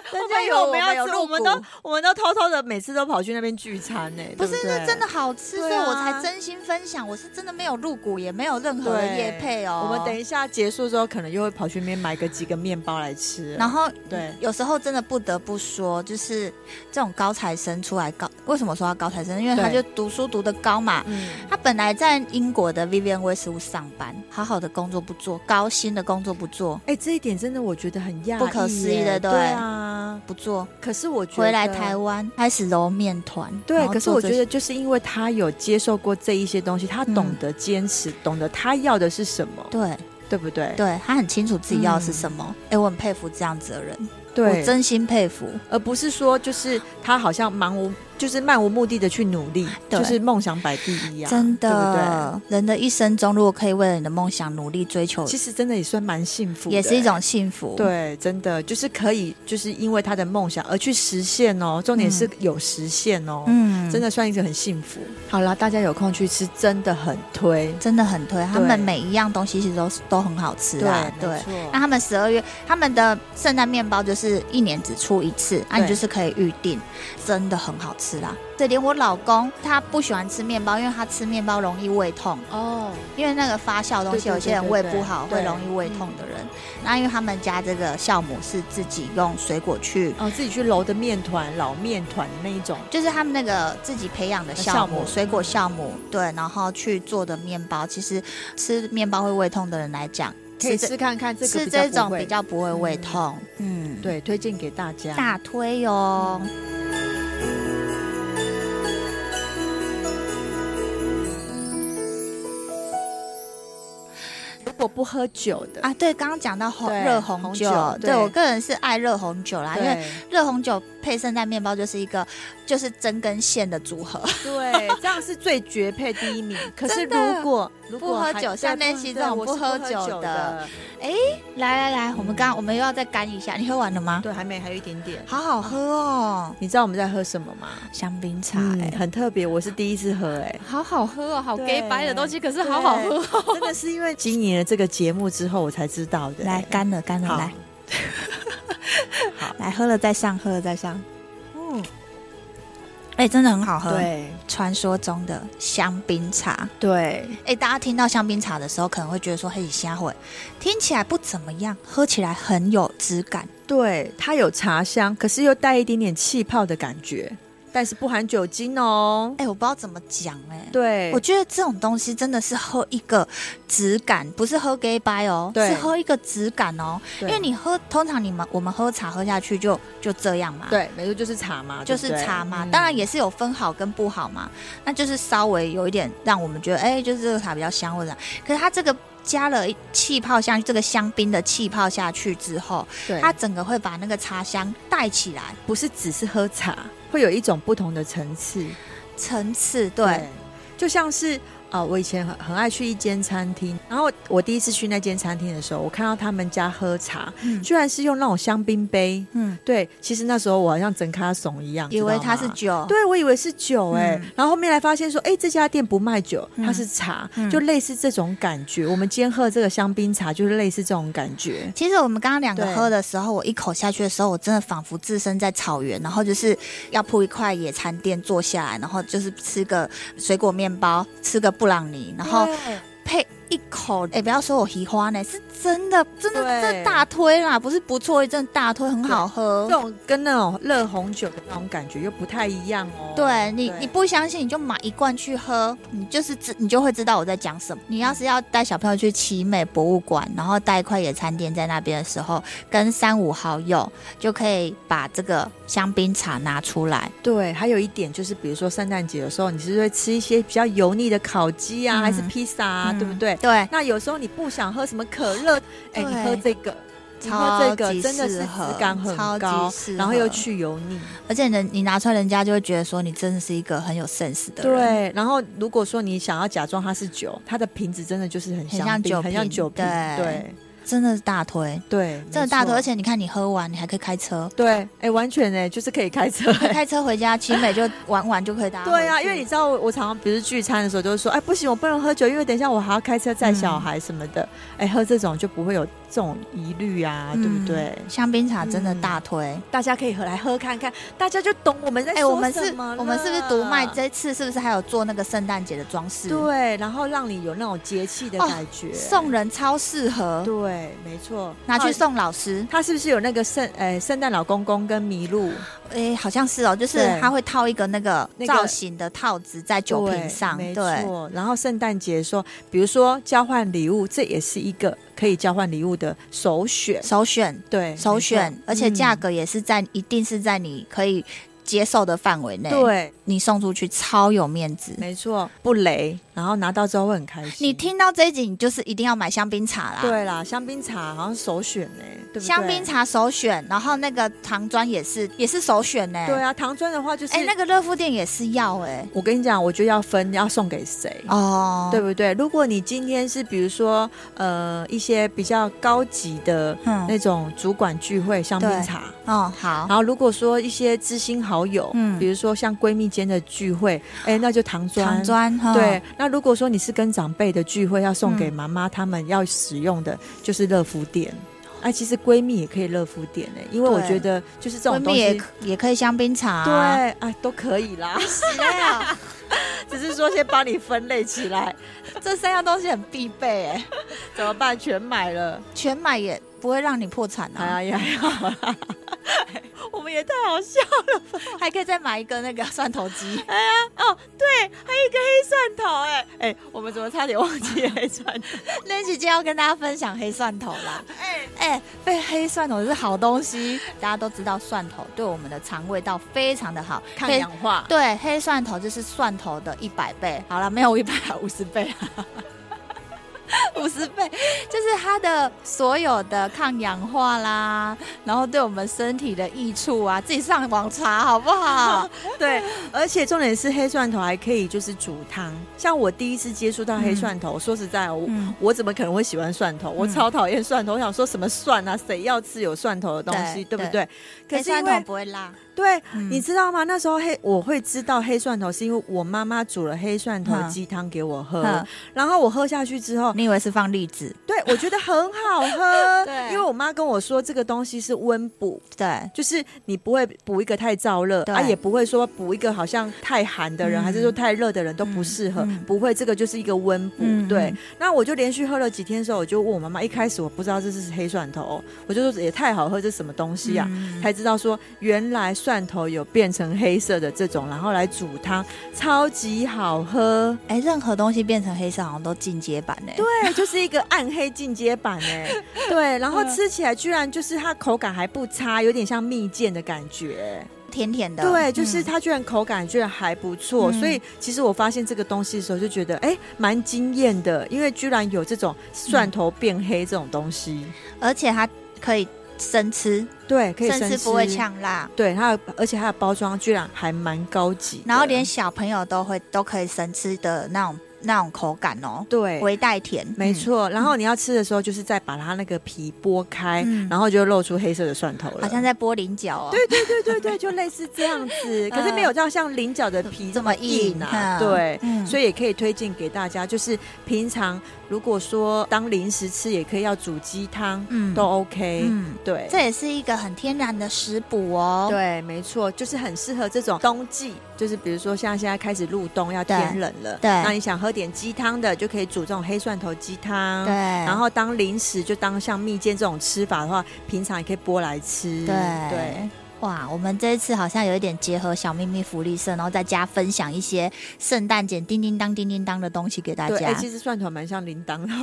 [SPEAKER 1] 人
[SPEAKER 2] 人
[SPEAKER 1] 家
[SPEAKER 2] 家
[SPEAKER 1] 以
[SPEAKER 2] 以为
[SPEAKER 1] 为我
[SPEAKER 2] 我
[SPEAKER 1] 们
[SPEAKER 2] 们
[SPEAKER 1] 要
[SPEAKER 2] 要
[SPEAKER 1] 吃，
[SPEAKER 2] 吃
[SPEAKER 1] 我
[SPEAKER 2] 我
[SPEAKER 1] 们
[SPEAKER 2] 们
[SPEAKER 1] 都
[SPEAKER 2] 都
[SPEAKER 1] 我们都偷偷的每次都跑去那边聚餐呢、
[SPEAKER 2] 不是，那真的。好吃，所以我
[SPEAKER 1] 对啊
[SPEAKER 2] 才真心分享。我是真的没有入股，也没有任何的
[SPEAKER 1] 对，
[SPEAKER 2] 业配哦。
[SPEAKER 1] 我们等一下结束之后，可能又会跑去那边买个几个面包来吃。
[SPEAKER 2] 然后，
[SPEAKER 1] 对
[SPEAKER 2] 有时候真的不得不说，就是这种高材生出来高，为什么说他高材生？因为他
[SPEAKER 1] 对
[SPEAKER 2] 就读书读得高嘛。
[SPEAKER 1] 嗯，
[SPEAKER 2] 他本来在英国的 Vivian Westwood 上班，好好的工作不做，高薪的工作不做，
[SPEAKER 1] 哎、这一点真的我觉得很讶异耶，
[SPEAKER 2] 不可思议的
[SPEAKER 1] 对
[SPEAKER 2] 对
[SPEAKER 1] 啊。
[SPEAKER 2] 不做，
[SPEAKER 1] 可是我觉得
[SPEAKER 2] 回来台湾开始揉面团。
[SPEAKER 1] 对
[SPEAKER 2] 然，后
[SPEAKER 1] 可是
[SPEAKER 2] 做
[SPEAKER 1] 我
[SPEAKER 2] 这
[SPEAKER 1] 觉
[SPEAKER 2] 些
[SPEAKER 1] 得就是因为他有接受过这一些东西，他懂
[SPEAKER 2] 嗯
[SPEAKER 1] 得坚持，懂得他要的是什么，
[SPEAKER 2] 对
[SPEAKER 1] 对不对？
[SPEAKER 2] 对，他很清楚自己要的是什么。
[SPEAKER 1] 嗯
[SPEAKER 2] 哎、我很佩服这样子的人，我真心佩服。
[SPEAKER 1] 而不是说就是他好像盲无，就是漫无目的的去努力，
[SPEAKER 2] 对
[SPEAKER 1] 就是梦想摆第一啊，
[SPEAKER 2] 真
[SPEAKER 1] 对
[SPEAKER 2] 的，人的一生中，如果可以为了你的梦想努力追求
[SPEAKER 1] 不对？，其实真的也算蛮幸福的，
[SPEAKER 2] 也是一种幸福。，
[SPEAKER 1] 对，真的就是可以，就是因为他的梦想而去实现哦。重点是有实现哦，
[SPEAKER 2] 嗯
[SPEAKER 1] 真的算一个很幸福。好啦，大家有空去吃，真的很推。
[SPEAKER 2] 真的很推，他
[SPEAKER 1] 对
[SPEAKER 2] 们每一样东西其实都是都很好吃啊。
[SPEAKER 1] 没
[SPEAKER 2] 对，那
[SPEAKER 1] 错。
[SPEAKER 2] 他们十二月他们的圣诞面包就是一年只出一次，啊，你
[SPEAKER 1] 对
[SPEAKER 2] 就是可以预定，真的很好吃啦。这连我老公他不喜欢吃面包，因为他吃面包容易胃痛，
[SPEAKER 1] 哦，
[SPEAKER 2] 因为那个发酵的东西，
[SPEAKER 1] 对对
[SPEAKER 2] 有些人胃不好会
[SPEAKER 1] 对对嗯对
[SPEAKER 2] 容易胃痛的人。那因为他们家这个酵母是自己用水果去。
[SPEAKER 1] 哦，自己去揉的面团，老面团那一种，
[SPEAKER 2] 就是他们那个自己培养的酵
[SPEAKER 1] 呃酵
[SPEAKER 2] 母
[SPEAKER 1] 母，嗯
[SPEAKER 2] 水果酵母，对，然后去做的面包，其实吃面包会胃痛的人来讲，
[SPEAKER 1] 可以
[SPEAKER 2] 吃
[SPEAKER 1] 吃看看这
[SPEAKER 2] 这
[SPEAKER 1] 个
[SPEAKER 2] 吃
[SPEAKER 1] 比较
[SPEAKER 2] 这
[SPEAKER 1] 不
[SPEAKER 2] 种
[SPEAKER 1] 会
[SPEAKER 2] 比较不会胃痛，嗯，
[SPEAKER 1] 对，推荐给大家。
[SPEAKER 2] 大推哦。
[SPEAKER 1] 如果不喝酒的，
[SPEAKER 2] 啊，对，刚刚讲到红
[SPEAKER 1] 对
[SPEAKER 2] 热红
[SPEAKER 1] 红
[SPEAKER 2] 酒，
[SPEAKER 1] 酒
[SPEAKER 2] 对
[SPEAKER 1] 对
[SPEAKER 2] 我个人是爱热红酒啦，因为
[SPEAKER 1] 对
[SPEAKER 2] 热红酒配圣诞面包就是一个就是针跟线的组合，
[SPEAKER 1] 对，这样是最绝配第一名。可是
[SPEAKER 2] 真的
[SPEAKER 1] 如果如
[SPEAKER 2] 不
[SPEAKER 1] 果
[SPEAKER 2] 喝
[SPEAKER 1] 还
[SPEAKER 2] 酒
[SPEAKER 1] 对
[SPEAKER 2] 像
[SPEAKER 1] 不
[SPEAKER 2] 那些
[SPEAKER 1] 对啊
[SPEAKER 2] 这种
[SPEAKER 1] 我
[SPEAKER 2] 不
[SPEAKER 1] 是
[SPEAKER 2] 喝
[SPEAKER 1] 喝
[SPEAKER 2] 酒
[SPEAKER 1] 酒
[SPEAKER 2] 的， [laughs] 来来来，我们刚我们又要再干一下，你喝完了吗？
[SPEAKER 1] 对，还没，还有一点点。
[SPEAKER 2] 好好喝哦，
[SPEAKER 1] 你知道我们在喝什么吗？
[SPEAKER 2] 香槟茶哎
[SPEAKER 1] 嗯，很特别，我是第一次喝、哎。
[SPEAKER 2] 好好喝哦，好
[SPEAKER 1] 对
[SPEAKER 2] gay 白的东西，可是好好 [laughs] 喝、哦。
[SPEAKER 1] 真的是因为今年的这个节目之后，我才知道的。哎
[SPEAKER 2] 来干了，干
[SPEAKER 1] 好
[SPEAKER 2] 了，来，
[SPEAKER 1] 好
[SPEAKER 2] 来喝了再上，喝了再上。
[SPEAKER 1] 嗯，
[SPEAKER 2] 哎、真的很好喝，，
[SPEAKER 1] 对
[SPEAKER 2] 传说中的香槟茶。
[SPEAKER 1] 对，
[SPEAKER 2] 哎、大家听到香槟茶的时候，可能会觉得说，嘿，虾会听起来不怎么样，喝起来很有质感。
[SPEAKER 1] 对，它有茶香，可是又带一点点气泡的感觉，但是不含酒精哦。
[SPEAKER 2] 哎、我不知道怎么讲、哎，
[SPEAKER 1] 对
[SPEAKER 2] 我，觉得这种东西真的是喝一个质感，不是喝 gay bye 哦，
[SPEAKER 1] 对
[SPEAKER 2] 是喝一个质感哦。因
[SPEAKER 1] 对
[SPEAKER 2] 为你喝，通常你们我们喝茶喝下去就就这样嘛，，
[SPEAKER 1] 对，没错，就是茶嘛，
[SPEAKER 2] 就是
[SPEAKER 1] 对不对
[SPEAKER 2] 茶嘛。
[SPEAKER 1] 嗯
[SPEAKER 2] 当然也是有分好跟不好嘛，那就是稍微有一点让我们觉得，哎、就是这个茶比较香或者，可是它这个加了一气泡下去，这个香槟的气泡下去之后，
[SPEAKER 1] 对
[SPEAKER 2] 它整个会把那个茶香带起来，
[SPEAKER 1] 不是只是喝茶，会有一种不同的层次。
[SPEAKER 2] 层次对，
[SPEAKER 1] 就像是啊、呃我以前很很爱去一间餐厅，然后我第一次去那间餐厅的时候，我看到他们家喝茶，
[SPEAKER 2] 嗯
[SPEAKER 1] 居然是用那种香槟杯。
[SPEAKER 2] 嗯，
[SPEAKER 1] 对，其实那时候我好像整咖怂一样，
[SPEAKER 2] 以为
[SPEAKER 1] 知道吗
[SPEAKER 2] 它是。酒，
[SPEAKER 1] 对，我以为是酒哎、
[SPEAKER 2] 哦嗯
[SPEAKER 1] 然后后面来发现说，哎、这家店不卖酒，
[SPEAKER 2] 嗯
[SPEAKER 1] 它是茶，
[SPEAKER 2] 嗯
[SPEAKER 1] 就类似这种感觉。我们今天喝这个香槟茶，就是类似这种感觉。
[SPEAKER 2] 其实我们刚刚两个
[SPEAKER 1] 对
[SPEAKER 2] 喝的时候，我一口下去的时候，我真的仿佛置身在草原，然后就是要铺一块野餐垫坐下来，然后就是吃个水果面包，吃个布朗尼，然后
[SPEAKER 1] 对
[SPEAKER 2] 配一口，哎，不要说我提花呢，是真的，真的
[SPEAKER 1] 对
[SPEAKER 2] 这大推啦，不是不错，真的大推，很好喝
[SPEAKER 1] 这。种跟那种热红酒的那种感觉又不太一样哦。
[SPEAKER 2] 对你，你不相信你就买一罐去喝，你就是知你就会知道我在讲什么。你要是要带小朋友去奇美博物馆，然后带一块野餐垫在那边的时候，跟三五好友就可以把这个香槟茶拿出来，
[SPEAKER 1] 对，还有一点就是，比如说圣诞节的时候，你是不是会吃一些比较油腻的烤鸡啊，
[SPEAKER 2] 嗯
[SPEAKER 1] 还是披萨啊，
[SPEAKER 2] 嗯
[SPEAKER 1] 对不对？
[SPEAKER 2] 对，
[SPEAKER 1] 那有时候你不想喝什么可乐，哎，
[SPEAKER 2] 对
[SPEAKER 1] 你喝这个，因为这
[SPEAKER 2] 超级
[SPEAKER 1] 个真的是
[SPEAKER 2] 适
[SPEAKER 1] 质
[SPEAKER 2] 合
[SPEAKER 1] 感很
[SPEAKER 2] 超级
[SPEAKER 1] 高
[SPEAKER 2] 适，合
[SPEAKER 1] 然后又去油腻。
[SPEAKER 2] 而且人你拿出来，人家就会觉得说你真的是一个很有 sense 的人。
[SPEAKER 1] 对，然后如果说你想要假装它是酒，它的瓶子真的就是很
[SPEAKER 2] 很
[SPEAKER 1] 香
[SPEAKER 2] 像
[SPEAKER 1] 槟
[SPEAKER 2] 酒
[SPEAKER 1] 很像
[SPEAKER 2] 瓶
[SPEAKER 1] 酒瓶，
[SPEAKER 2] 对
[SPEAKER 1] 对
[SPEAKER 2] 真的是大推，
[SPEAKER 1] 对，
[SPEAKER 2] 真
[SPEAKER 1] 没
[SPEAKER 2] 的大推。
[SPEAKER 1] 错
[SPEAKER 2] 而且你看，你喝完你还可以开车，
[SPEAKER 1] 对，哎，完全哎，就是可以开车哎。
[SPEAKER 2] 开车回家，奇美就玩玩就可以搭回去。
[SPEAKER 1] [laughs] 对啊，因为你知道我，我常常不是聚餐的时候，就是说，哎，不行，我不能喝酒，因为等一下我还要开车载小孩什么的。哎、喝这种就不会有这种疑虑啊，对不
[SPEAKER 2] 嗯
[SPEAKER 1] 对？嗯
[SPEAKER 2] 香槟茶真的大推。
[SPEAKER 1] 大家可以喝来喝看看，大家就懂我们在
[SPEAKER 2] 哎、
[SPEAKER 1] 说
[SPEAKER 2] 我们
[SPEAKER 1] 什
[SPEAKER 2] 是，
[SPEAKER 1] 么
[SPEAKER 2] 我们是不是独卖？
[SPEAKER 1] 了
[SPEAKER 2] 这次是不是还有做那个圣诞节的装饰？，
[SPEAKER 1] 对，然后让你有那种节气的
[SPEAKER 2] 哦
[SPEAKER 1] 感觉。
[SPEAKER 2] 送人超适合，
[SPEAKER 1] 对，没错，
[SPEAKER 2] 拿去
[SPEAKER 1] 哦。
[SPEAKER 2] 送老师。
[SPEAKER 1] 他是不是有那个圣哎圣诞老公公跟麋鹿？
[SPEAKER 2] 哎、好像是哦，就是
[SPEAKER 1] 对
[SPEAKER 2] 他会套一个那个
[SPEAKER 1] 那个
[SPEAKER 2] 造型的套子在酒瓶上，
[SPEAKER 1] 对没
[SPEAKER 2] 对，
[SPEAKER 1] 错。然后圣诞节的时候，比如说交换礼物，这也是一个可以交换礼物的首选。
[SPEAKER 2] 首选
[SPEAKER 1] 对，
[SPEAKER 2] 首
[SPEAKER 1] 没错
[SPEAKER 2] 选，而且
[SPEAKER 1] 嗯
[SPEAKER 2] 价格也是在、一定是在你可以接受的范围内，，
[SPEAKER 1] 嗯对，
[SPEAKER 2] 你送出去超有面子。
[SPEAKER 1] 没错，不雷，然后拿到之后会很开心。
[SPEAKER 2] 你听到这一集，你就是一定要买香槟茶啦。
[SPEAKER 1] 对啦，香槟茶好像首选呢、对不对？
[SPEAKER 2] 香槟。茶首选，然后那个糖砖也是也是首选呢、
[SPEAKER 1] 对啊，糖砖的话就是，
[SPEAKER 2] 哎、那个热敷店也是要哎、
[SPEAKER 1] 我跟你讲，我就要分要送给谁。
[SPEAKER 2] 哦，
[SPEAKER 1] 对，不对？如果你今天是比如说呃一些比较高级的
[SPEAKER 2] 嗯，
[SPEAKER 1] 那种主管聚会香槟
[SPEAKER 2] 对
[SPEAKER 1] 茶，
[SPEAKER 2] 哦，好
[SPEAKER 1] 然，后如果说一些知心好友，
[SPEAKER 2] 嗯
[SPEAKER 1] 比如说像闺蜜间的聚会，哎，那就糖砖。
[SPEAKER 2] 糖砖，嗯哈
[SPEAKER 1] 对，，那如果说你是跟长辈的聚会，要送
[SPEAKER 2] 嗯
[SPEAKER 1] 给妈妈他们要使用的，就是乐福店。哎、其实闺蜜也可以乐福店哎、因为我
[SPEAKER 2] 对
[SPEAKER 1] 觉得就是这
[SPEAKER 2] 闺
[SPEAKER 1] 种东
[SPEAKER 2] 蜜
[SPEAKER 1] 西
[SPEAKER 2] 也，也可以香槟茶、啊
[SPEAKER 1] 对，哎、都可以
[SPEAKER 2] [laughs]
[SPEAKER 1] 啦，
[SPEAKER 2] 对啊，
[SPEAKER 1] 只是说先帮你分类起来，
[SPEAKER 2] [laughs] 这三样东西很必备哎、
[SPEAKER 1] 怎么办？全买了。
[SPEAKER 2] 全买也不会让你破产
[SPEAKER 1] 哎
[SPEAKER 2] 啊，
[SPEAKER 1] 呀，也还 [laughs] 好啦。我们也太好笑了吧！
[SPEAKER 2] 还可以再买一个那个蒜头 [laughs] 鸡，
[SPEAKER 1] 哦，对，还有一个黑蒜头、哎哎，我们怎么差点忘记黑 [laughs] 蒜头？
[SPEAKER 2] 那姐姐要跟大家分享黑蒜头啦。哎哎，被黑蒜头是好东西，大家都知道蒜头对我们的肠胃道非常的好，黑
[SPEAKER 1] 化。
[SPEAKER 2] 对，黑蒜头就是蒜头的一百倍。好了，没有一百，五十倍啊。 [laughs] 五十倍，就是它的所有的抗氧化啦，然后对我们身体的益处啊，自己上网查好不好？
[SPEAKER 1] 对，而且重点是黑蒜头还可以就是煮汤。像我第一次接触到黑蒜头，说实在、哦，我、
[SPEAKER 2] 嗯
[SPEAKER 1] 我怎么可能会喜欢蒜头？我
[SPEAKER 2] 嗯
[SPEAKER 1] 超讨厌蒜头。我想说什么蒜啊，谁要吃有蒜头的东西，
[SPEAKER 2] 对
[SPEAKER 1] 对不对？ [laughs] 可
[SPEAKER 2] 黑
[SPEAKER 1] 是因
[SPEAKER 2] 蒜头
[SPEAKER 1] 为
[SPEAKER 2] 不会辣，
[SPEAKER 1] 对，
[SPEAKER 2] 嗯
[SPEAKER 1] 你知道吗？那时候黑我会知道黑蒜头，是因为我妈妈煮了黑蒜头
[SPEAKER 2] 嗯
[SPEAKER 1] 鸡汤给我喝，
[SPEAKER 2] 嗯
[SPEAKER 1] 然后我喝下去之后，
[SPEAKER 2] 你以为是放栗子？
[SPEAKER 1] 对我觉得很好
[SPEAKER 2] [laughs]
[SPEAKER 1] 喝，
[SPEAKER 2] 对
[SPEAKER 1] 因为我妈跟我说这个东西是温补。
[SPEAKER 2] 对，
[SPEAKER 1] 就是你不会补一个太燥热，
[SPEAKER 2] 对
[SPEAKER 1] 啊，也不会说补一个好像太寒的人，
[SPEAKER 2] 嗯
[SPEAKER 1] 还是说太热的人都不适合，
[SPEAKER 2] 嗯嗯
[SPEAKER 1] 不会，这个就是一个温补。
[SPEAKER 2] 嗯
[SPEAKER 1] 对，那我就连续喝了几天的时候，我就问我妈妈，一开始我不知道这是黑蒜头，我就说也太好喝，这是什么东西啊？
[SPEAKER 2] 嗯
[SPEAKER 1] 才知道说原来蒜头有变成黑色的这种，然后来煮汤，超级好喝。
[SPEAKER 2] 哎、任何东西变成黑色好像都进阶版呢、
[SPEAKER 1] 对，就是一个暗黑进阶版哎、
[SPEAKER 2] [laughs]
[SPEAKER 1] 对，然后吃起来居然就是它口感还不差，有点像蜜饯的感
[SPEAKER 2] 嗯
[SPEAKER 1] 觉。
[SPEAKER 2] 甜甜的。
[SPEAKER 1] 对，就是
[SPEAKER 2] 嗯
[SPEAKER 1] 它居然口感居然还不错，
[SPEAKER 2] 嗯
[SPEAKER 1] 所以其实我发现这个东西的时候就觉得哎，蛮惊艳的，因为居然有这种蒜头变黑这种东西。
[SPEAKER 2] 而且它可以生吃，
[SPEAKER 1] 对，可以
[SPEAKER 2] 生
[SPEAKER 1] 生
[SPEAKER 2] 吃不会。呛辣。
[SPEAKER 1] 对它的，而且它的包装居然还蛮高级的，
[SPEAKER 2] 啊然后连小朋友都会都可以生吃的那种那种口感哦，
[SPEAKER 1] 对
[SPEAKER 2] 微带甜，
[SPEAKER 1] 没
[SPEAKER 2] 嗯、
[SPEAKER 1] 错，然后你要吃的时候，就是再把它那个皮剥开，
[SPEAKER 2] 嗯
[SPEAKER 1] 然后就露出黑色的蒜头了，
[SPEAKER 2] 好像在剥菱角哦。
[SPEAKER 1] 对对对对对，就类似这样
[SPEAKER 2] [laughs]
[SPEAKER 1] 子，可是没有到像菱角的皮这么硬啊。
[SPEAKER 2] 嗯这么硬
[SPEAKER 1] 对，
[SPEAKER 2] 嗯
[SPEAKER 1] 所以也可以推荐给大家，就是平常如果说当零食吃，也可以要煮鸡汤，
[SPEAKER 2] 嗯
[SPEAKER 1] 都 OK、
[SPEAKER 2] 嗯，
[SPEAKER 1] 对。
[SPEAKER 2] 这也是一个很天然的食补哦。，
[SPEAKER 1] 对，没错，就是很适合这种冬季，就是比如说像现在开始入冬，要天
[SPEAKER 2] 对
[SPEAKER 1] 冷了，
[SPEAKER 2] 对
[SPEAKER 1] 那你想喝点鸡汤的，就可以煮这种黑蒜头鸡汤，
[SPEAKER 2] 对
[SPEAKER 1] 啊然后当零食就当像蜜饯这种吃法的话，平常也可以剥来吃，
[SPEAKER 2] 对
[SPEAKER 1] 对。
[SPEAKER 2] 哇，我们这一次好像有一点结合小秘密福利社，然后再加分享一些圣诞节叮叮当叮叮当的东西给大
[SPEAKER 1] 对，哎
[SPEAKER 2] 家。 [laughs]
[SPEAKER 1] [laughs] 哦哎其实蒜头蛮像铃铛的，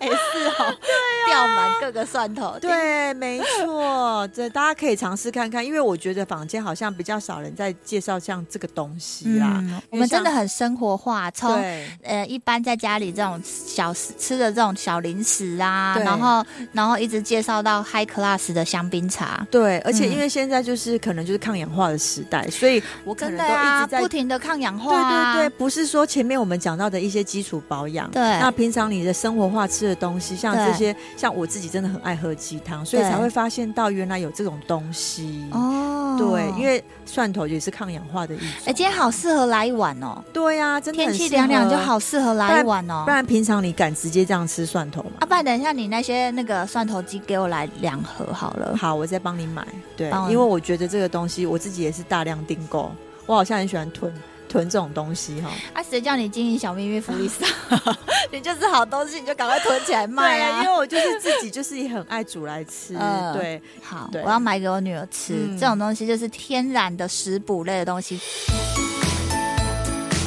[SPEAKER 2] 哎，是哦，对 [laughs] 掉满各个蒜头。
[SPEAKER 1] 对，啊没错，这大家可以尝试看看，因为我觉得坊间好像比较少人在介绍像这个东西啦。
[SPEAKER 2] 嗯，我们真的很生活化，从
[SPEAKER 1] 对，
[SPEAKER 2] 呃，一般在家里这种小吃吃的这种小零食啊，
[SPEAKER 1] 对
[SPEAKER 2] 然后然后一直介绍到 high class 的香槟茶，
[SPEAKER 1] 对，而且
[SPEAKER 2] 嗯
[SPEAKER 1] 因为现在就是可能就是抗氧化的时代，所以我可
[SPEAKER 2] 真
[SPEAKER 1] 能
[SPEAKER 2] 的
[SPEAKER 1] 都一
[SPEAKER 2] 啊，
[SPEAKER 1] 直在
[SPEAKER 2] 不停的抗氧
[SPEAKER 1] 对
[SPEAKER 2] 化、啊，
[SPEAKER 1] 对对，不是说前面我们讲到的一些基础保养，
[SPEAKER 2] 对
[SPEAKER 1] 那平常你的生活化吃的东西，像
[SPEAKER 2] 对
[SPEAKER 1] 这些，像我自己真的很爱喝鸡汤，所以
[SPEAKER 2] 对
[SPEAKER 1] 才会发现到原来有这种东西。
[SPEAKER 2] 哦，
[SPEAKER 1] 对，因为蒜头也是抗氧化的一种。
[SPEAKER 2] 哎、今天好适合来一碗哦，
[SPEAKER 1] 对呀、真的
[SPEAKER 2] 天
[SPEAKER 1] 很
[SPEAKER 2] 气
[SPEAKER 1] 适
[SPEAKER 2] 凉凉
[SPEAKER 1] 合
[SPEAKER 2] 就。好适合来一碗哦
[SPEAKER 1] 不。然平常你敢直接这样吃蒜头吗？
[SPEAKER 2] 啊，不然等一下你那些那个蒜头鸡给我来两盒好
[SPEAKER 1] [laughs]
[SPEAKER 2] 了。
[SPEAKER 1] 好，我再帮你买。对
[SPEAKER 2] 帮，我
[SPEAKER 1] 因为我觉得这个东西我自己也是大量订购，我好像很喜欢囤囤这种东西哈。
[SPEAKER 2] 啊，谁叫你经营小秘密福利社？ [laughs] 你就是好东西，你就赶快囤起来卖
[SPEAKER 1] 对
[SPEAKER 2] 啊！
[SPEAKER 1] 因为我就是自己就是也很爱煮来 [laughs] 吃。
[SPEAKER 2] 嗯
[SPEAKER 1] 对，
[SPEAKER 2] 好，
[SPEAKER 1] 对
[SPEAKER 2] 我要买给我女儿吃。
[SPEAKER 1] 嗯
[SPEAKER 2] 这种东西就是天然的食补类的东西。嗯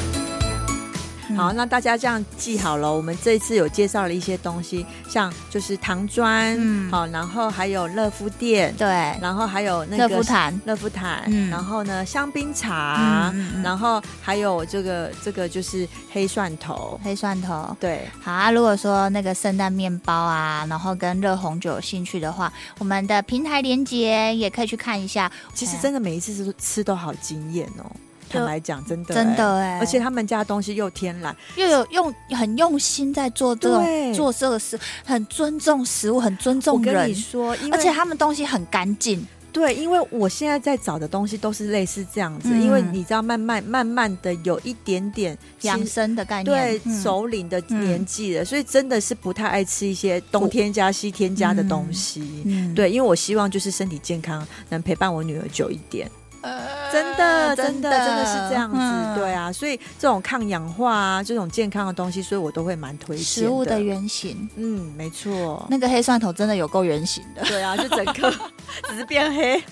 [SPEAKER 1] 好，那大家这样记好了。我们这一次有介绍了一些东西，像就是糖砖，
[SPEAKER 2] 嗯
[SPEAKER 1] 好，然后还有乐福店，
[SPEAKER 2] 对，
[SPEAKER 1] 然后还有那
[SPEAKER 2] 热
[SPEAKER 1] 个
[SPEAKER 2] 敷毯，
[SPEAKER 1] 乐福毯，
[SPEAKER 2] 嗯
[SPEAKER 1] 然后呢香槟茶，
[SPEAKER 2] 嗯，嗯
[SPEAKER 1] 然后还有这个这个就是黑蒜头，
[SPEAKER 2] 黑蒜头。
[SPEAKER 1] 对，
[SPEAKER 2] 好啊，如果说那个圣诞面包啊，然后跟热红酒有兴趣的话，我们的平台连接也可以去看一下。
[SPEAKER 1] 其
[SPEAKER 2] 哎
[SPEAKER 1] 实
[SPEAKER 2] 呀
[SPEAKER 1] 真的每一次吃吃都好惊艳哦。
[SPEAKER 2] 就
[SPEAKER 1] 坦白讲，真的
[SPEAKER 2] 真
[SPEAKER 1] 欸。
[SPEAKER 2] 的哎、
[SPEAKER 1] 而且他们家的东西又天然，
[SPEAKER 2] 又有用很用心在做这种
[SPEAKER 1] 对
[SPEAKER 2] 做这个事，很尊重食物，很尊
[SPEAKER 1] 我
[SPEAKER 2] 重
[SPEAKER 1] 跟
[SPEAKER 2] 人
[SPEAKER 1] 你，说，因为
[SPEAKER 2] 而且他们东西很干净。
[SPEAKER 1] 对，因为我现在在找的东西都是类似这样子，
[SPEAKER 2] 嗯
[SPEAKER 1] 因为你知道，慢慢慢慢的有一点点
[SPEAKER 2] 养嗯
[SPEAKER 1] 新
[SPEAKER 2] 生的概念，
[SPEAKER 1] 对、首领的年纪了，所以真的是不太爱吃一些东添加西添加的东西。
[SPEAKER 2] 嗯，嗯，
[SPEAKER 1] 对，因为我希望就是身体健康，能陪伴我女儿久一点。
[SPEAKER 2] 呃
[SPEAKER 1] 真的，真的，真的是这样子。
[SPEAKER 2] 嗯
[SPEAKER 1] 对啊，所以这种抗氧化啊，这种健康的东西，所以我都会蛮推荐
[SPEAKER 2] 食物的
[SPEAKER 1] 的
[SPEAKER 2] 原型，
[SPEAKER 1] 嗯，没错。
[SPEAKER 2] 那个黑蒜头真的有够圆形的。
[SPEAKER 1] 对啊，就整个 [laughs] 只是变黑。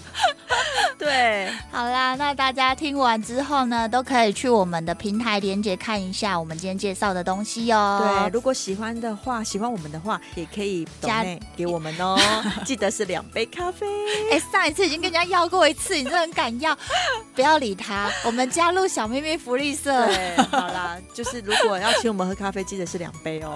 [SPEAKER 1] 对。
[SPEAKER 2] 好啦，那大家听完之后呢，都可以去我们的平台连接看一下我们今天介绍的东西 [laughs]
[SPEAKER 1] 对，
[SPEAKER 2] 哦。
[SPEAKER 1] 如果喜欢的话，喜欢我们的话，也可以
[SPEAKER 2] 加
[SPEAKER 1] 加给我们
[SPEAKER 2] [laughs]
[SPEAKER 1] 哦。记得是两杯咖啡。
[SPEAKER 2] 哎、上一次已经跟人家要过一次，你真的很敢要， [laughs] 不要理他。我们加入小妹妹福利社。
[SPEAKER 1] 对，好啦，就是如果要请我们喝咖啡，记得是两杯哦。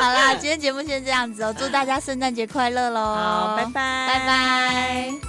[SPEAKER 2] 好 [laughs] 啦，今天节目先这样子哦，祝大家圣诞节快乐喽！
[SPEAKER 1] 好，拜拜，
[SPEAKER 2] 拜拜